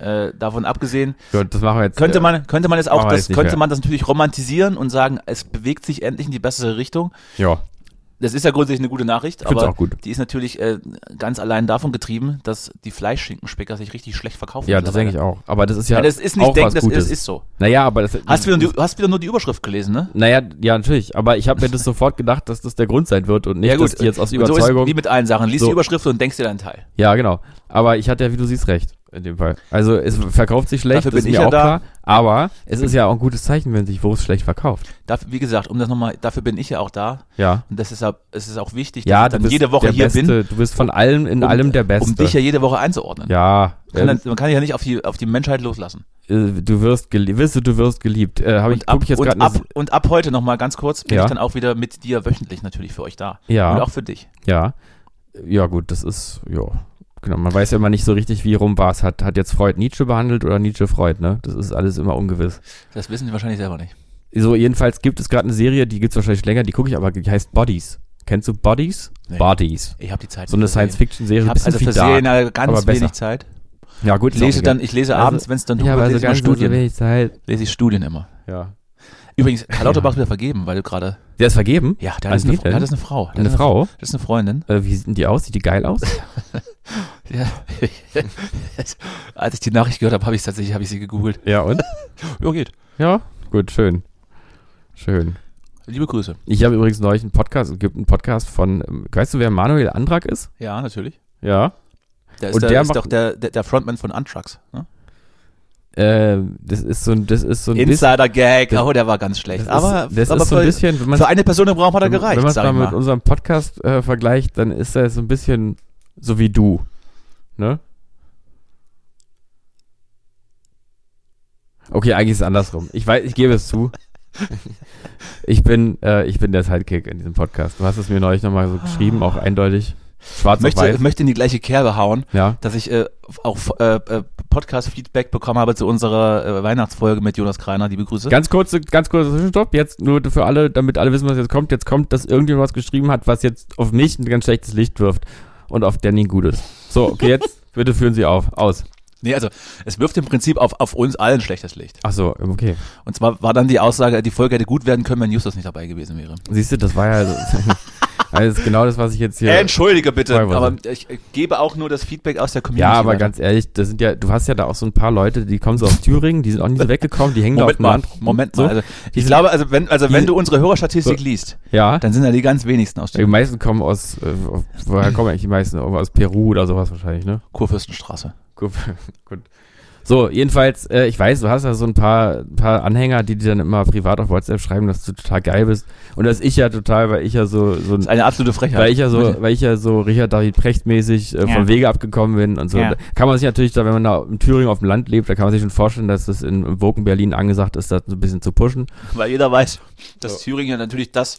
äh, davon abgesehen
Ja, das machen wir jetzt. äh,
könnte man könnte man es auch
machen wir
das
jetzt nicht
könnte
mehr.
man das natürlich romantisieren und sagen, es bewegt sich endlich in die bessere Richtung.
Ja,
Das ist ja grundsätzlich eine gute Nachricht,
find's
aber
auch gut.
die ist natürlich äh, ganz allein davon getrieben, dass die Fleischschinkenspicker sich richtig schlecht verkaufen.
ja das denke ich auch. Aber das ist ja.
Ja, das ist nicht
auch
denken,
was
das
Gutes.
ist, ist so.
Naja, aber das.
Hast wieder, du hast wieder nur die Überschrift gelesen, ne?
Naja, ja, natürlich. Aber ich habe mir das sofort gedacht, dass das der Grund sein wird und nicht, dass die jetzt aus
äh, Und So
Überzeugung.
ist wie mit allen Sachen. Lies
So.
die Überschrift und denkst dir deinen Teil.
Ja, genau. Aber ich hatte ja, wie du siehst, recht in dem Fall. Also es verkauft sich schlecht,
Dafür bin
ist
ich
mir
ja
auch
da.
klar. Aber es ist ja auch ein gutes Zeichen, wenn sich Wurst schlecht verkauft.
Dafür, wie gesagt, um das nochmal, dafür bin ich ja auch da.
Ja.
Und das ist, ab- es ist auch wichtig, dass
Ja,
ich
du
dann
bist
jede Woche
der
hier
Beste.
bin,
Du bist von allem in allem der Beste.
um dich ja jede Woche einzuordnen.
ja.
Man, kann
ähm,
dann, man kann ja nicht auf die, auf die Menschheit loslassen.
äh, du wirst geliebt. Wisse, du wirst geliebt. Äh, hab ich, guck ich jetzt
und,
gerade
ab, und ab heute nochmal ganz kurz bin
Ja.
ich dann auch wieder mit dir wöchentlich natürlich für euch da.
Ja.
Und auch für dich.
Ja. Ja, gut, das ist, ja. Genau, man weiß ja immer nicht so richtig, wie rum war es. Hat, hat jetzt Freud Nietzsche behandelt oder Nietzsche Freud, ne? Das ist alles immer ungewiss.
Das wissen die wahrscheinlich selber nicht.
So, jedenfalls gibt es gerade eine Serie, die gibt es wahrscheinlich länger, die gucke ich aber, die heißt Bodies. Kennst du Bodies?
Nee.
Bodies.
Ich habe die Zeit.
So eine
nicht für Serien.
Science-Fiction-Serie,
Ich
ein
habe
bisschen
also
viel
für
dark.
Serien äh, ganz
aber besser.
wenig Zeit.
Ja, gut,
Ich
ist auch
lese
egal.
dann, ich lese
Also,
abends, wenn es dann
Ich habe
dunkel wird,
also
lese ich mal
ganz halt. so
Studien.
wenig Zeit.
Lese ich Studien immer.
Ja.
Übrigens, Karl Lauterbach wird vergeben, weil du gerade.
Der ist vergeben?
Ja,
An
der hat
wen
eine, Frau-
denn?
der hat jetzt eine Frau. Der hat
Eine Frau?
Das ist eine Freundin.
Äh, wie sieht denn die aus? Sieht die geil aus?
Ja. Als ich die Nachricht gehört habe, habe ich tatsächlich habe ich sie gegoogelt.
ja, und?
Ja, geht.
Ja, gut, schön. Schön.
Liebe Grüße.
Ich habe übrigens neulich einen Podcast, es gibt einen Podcast von, ähm, weißt du, wer Manuel Andrak ist?
Ja, natürlich.
Ja.
Der ist,
Und
der,
der
ist
macht-
doch der, der, der Frontman von Antrax. Ne?
Äh, das ist so ein, das ist so ein bisschen,
Insider-Gag.
das-
Oh, der war ganz schlecht.
das
aber
ist, das
aber
ist so
für,
ein bisschen, wenn man
für eine Person im Raum hat er
wenn, wenn
gereicht,
man's
sag ich
mal mit
mal.
unserem Podcast äh, vergleicht, dann ist er so ein bisschen so wie du, ne? Okay, eigentlich ist es andersrum. Ich weiß, ich gebe es zu. Ich bin, äh, ich bin der Sidekick in diesem Podcast. Du hast es mir neulich nochmal so geschrieben, auch eindeutig. Schwarz auf
Ah. Möchte,
weiß.
möchte in die gleiche Kerbe hauen,
Ja.
dass ich äh, auch äh, äh, Podcast-Feedback bekommen habe zu unserer äh, Weihnachtsfolge mit Jonas Kreiner. Liebe Grüße.
Ganz kurz, ganz kurz Zwischenstopp. Jetzt nur für alle, damit alle wissen, was jetzt kommt. Jetzt kommt, dass irgendjemand was geschrieben hat, was jetzt auf mich ein ganz schlechtes Licht wirft und auf Danny ein gutes. So, okay, jetzt bitte führen Sie auf, aus.
Nee, also es wirft im Prinzip auf, auf uns allen schlechtes Licht.
Ach so, okay.
Und zwar war dann die Aussage, die Folge hätte gut werden können, wenn Justus nicht dabei gewesen wäre.
Siehst du, das war ja. so- Also das ist genau das, was ich jetzt hier.
Äh, Entschuldige bitte,
Teilweise.
aber ich äh, gebe auch nur das Feedback aus der Community.
ja, aber
weiter.
ganz ehrlich, das sind ja, du hast ja da auch so ein paar Leute, die kommen so aus Thüringen, die sind auch nie so weggekommen, die hängen da auf
Moment
dem
mal,
Land-
Moment
so.
mal. Also, ich glaube, also wenn, also wenn
die-
du unsere Hörerstatistik liest,
ja.
dann sind ja die ganz wenigsten aus
Die
der
meisten kommen aus, äh, woher kommen eigentlich die meisten? Irgendwo Aus Peru oder sowas wahrscheinlich, ne?
Kurfürstenstraße.
Gut. gut. So, jedenfalls, äh, ich weiß, du hast ja so ein paar, ein paar Anhänger, die dir dann immer privat auf WhatsApp schreiben, dass du total geil bist. Und dass ich ja total, weil ich ja so, so ein
Das ist eine absolute Frechheit.
weil ich ja so, weil ich ja so Richard David Precht mäßig äh, vom
Ja.
Wege abgekommen bin und so.
Ja.
Da Kann man sich natürlich da, wenn man da in Thüringen auf dem Land lebt, da kann man sich schon vorstellen, dass das in im Woken Berlin angesagt ist, das so ein bisschen zu pushen.
Weil jeder weiß, dass Thüringen ja natürlich das,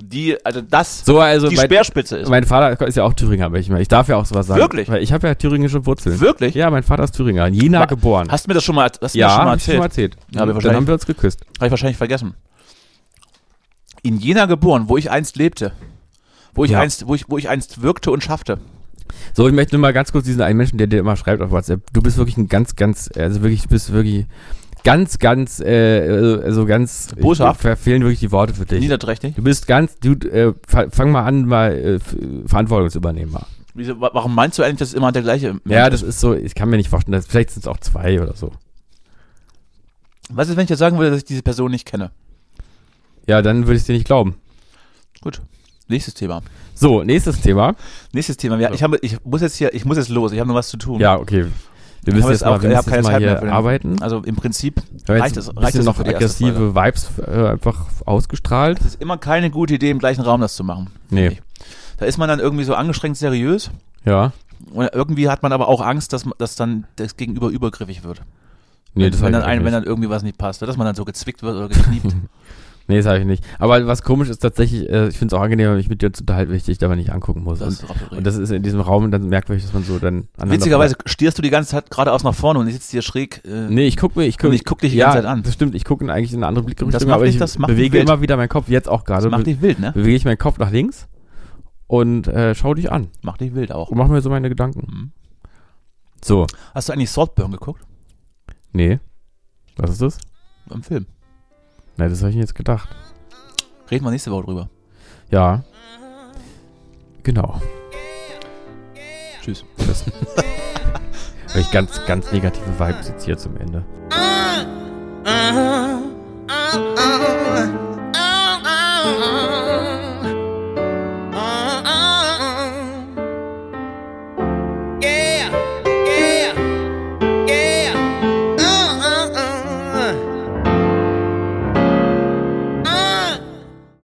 die, also das,
So, also
die
mein,
Speerspitze ist.
mein Vater ist ja auch Thüringer, aber ich, meine, ich darf ja auch sowas sagen.
Wirklich?
Weil ich habe ja thüringische Wurzeln.
Wirklich?
Ja, mein Vater ist Thüringer, in Jena
Wa-
geboren.
Hast du mir das schon mal, hast du mir
ja,
das schon mal
hab ich
erzählt?
schon mal erzählt.
Ja, aber
dann
wahrscheinlich-
haben wir uns geküsst.
Habe ich wahrscheinlich vergessen. In Jena geboren, wo ich einst lebte. Wo ich,
Ja.
einst, wo ich, wo ich einst wirkte und schaffte.
So, ich möchte nur mal ganz kurz diesen einen Menschen, der dir immer schreibt auf WhatsApp. Du bist wirklich ein ganz, ganz, also wirklich, du bist wirklich ganz, ganz, äh, also- also ganz,
Boshaft?
ich- mir fehlen wirklich die Worte für dich.
Niederträchtig.
Du bist ganz, du, äh, fa- fang mal an, mal äh, f- Verantwortung zu übernehmen. Mal.
Wieso, wa- warum meinst du eigentlich, dass immer der gleiche Mensch
Ja, das ist so, ich kann mir nicht vorstellen, dass, vielleicht sind es auch zwei oder so.
Was ist, wenn ich jetzt sagen würde, dass ich diese Person nicht kenne?
Ja, dann würde ich dir nicht glauben.
Gut. Nächstes Thema.
So, nächstes Thema.
Nächstes Thema. Ja, ich, habe, ich muss jetzt hier, ich muss jetzt los. Ich habe noch was zu tun.
Ja, okay. Wir
Ich
müssen
habe
jetzt
jetzt auch-
mal, wir müssen
ich habe
jetzt
keine
mal
Zeit mehr
hier
für den-
arbeiten.
Also im Prinzip
Wir haben
reicht
jetzt
es,
ein
reicht
bisschen
es
noch
für die erste Folge.
aggressive Vibes äh, einfach ausgestrahlt.
Es ist immer keine gute Idee, im gleichen Raum das zu machen.
Nee.
Da ist man dann irgendwie so angestrengt seriös
Ja.
und irgendwie hat man aber auch Angst, dass, man- dass dann das Gegenüber übergriffig wird.
Nee,
wenn,
das
wenn,
habe
dann
ich
ein,
nicht.
wenn dann irgendwie was nicht passt, dass man dann so gezwickt wird oder gekniept.
Nee, das habe ich nicht. Aber was komisch ist tatsächlich, äh, ich finde es auch angenehmer, mich mit dir zu unterhalten, wenn ich dich dabei nicht angucken muss.
Das
Und,
ist auch übrig.
und das ist in diesem Raum dann merkwürdig, dass man so dann aneinander-
Witzigerweise stierst du die ganze Zeit geradeaus nach vorne und ich sitze hier schräg. Äh,
Nee, ich gucke mir, ich gucke
Und ich guck dich die
ja,
ganze Zeit an.
Das stimmt, ich gucke eigentlich in eine andere Blickrichtung,
Das macht
aber
dich-
ich
das macht dich
bewege
wild.
immer wieder meinen Kopf, jetzt auch gerade.
das macht
Be
dich wild, ne?
bewege ich meinen Kopf nach links und äh, schaue dich an
Macht dich wild auch.
und mache mir so meine Gedanken.
Mhm.
So,
Hast du eigentlich Saltburn geguckt?
nee. Was ist das?
Im Film.
Na, das habe ich mir jetzt gedacht.
Reden wir nächste Woche drüber.
Ja. Genau.
Tschüss.
Habe ich ganz, ganz negative Vibes jetzt hier zum Ende.
Ah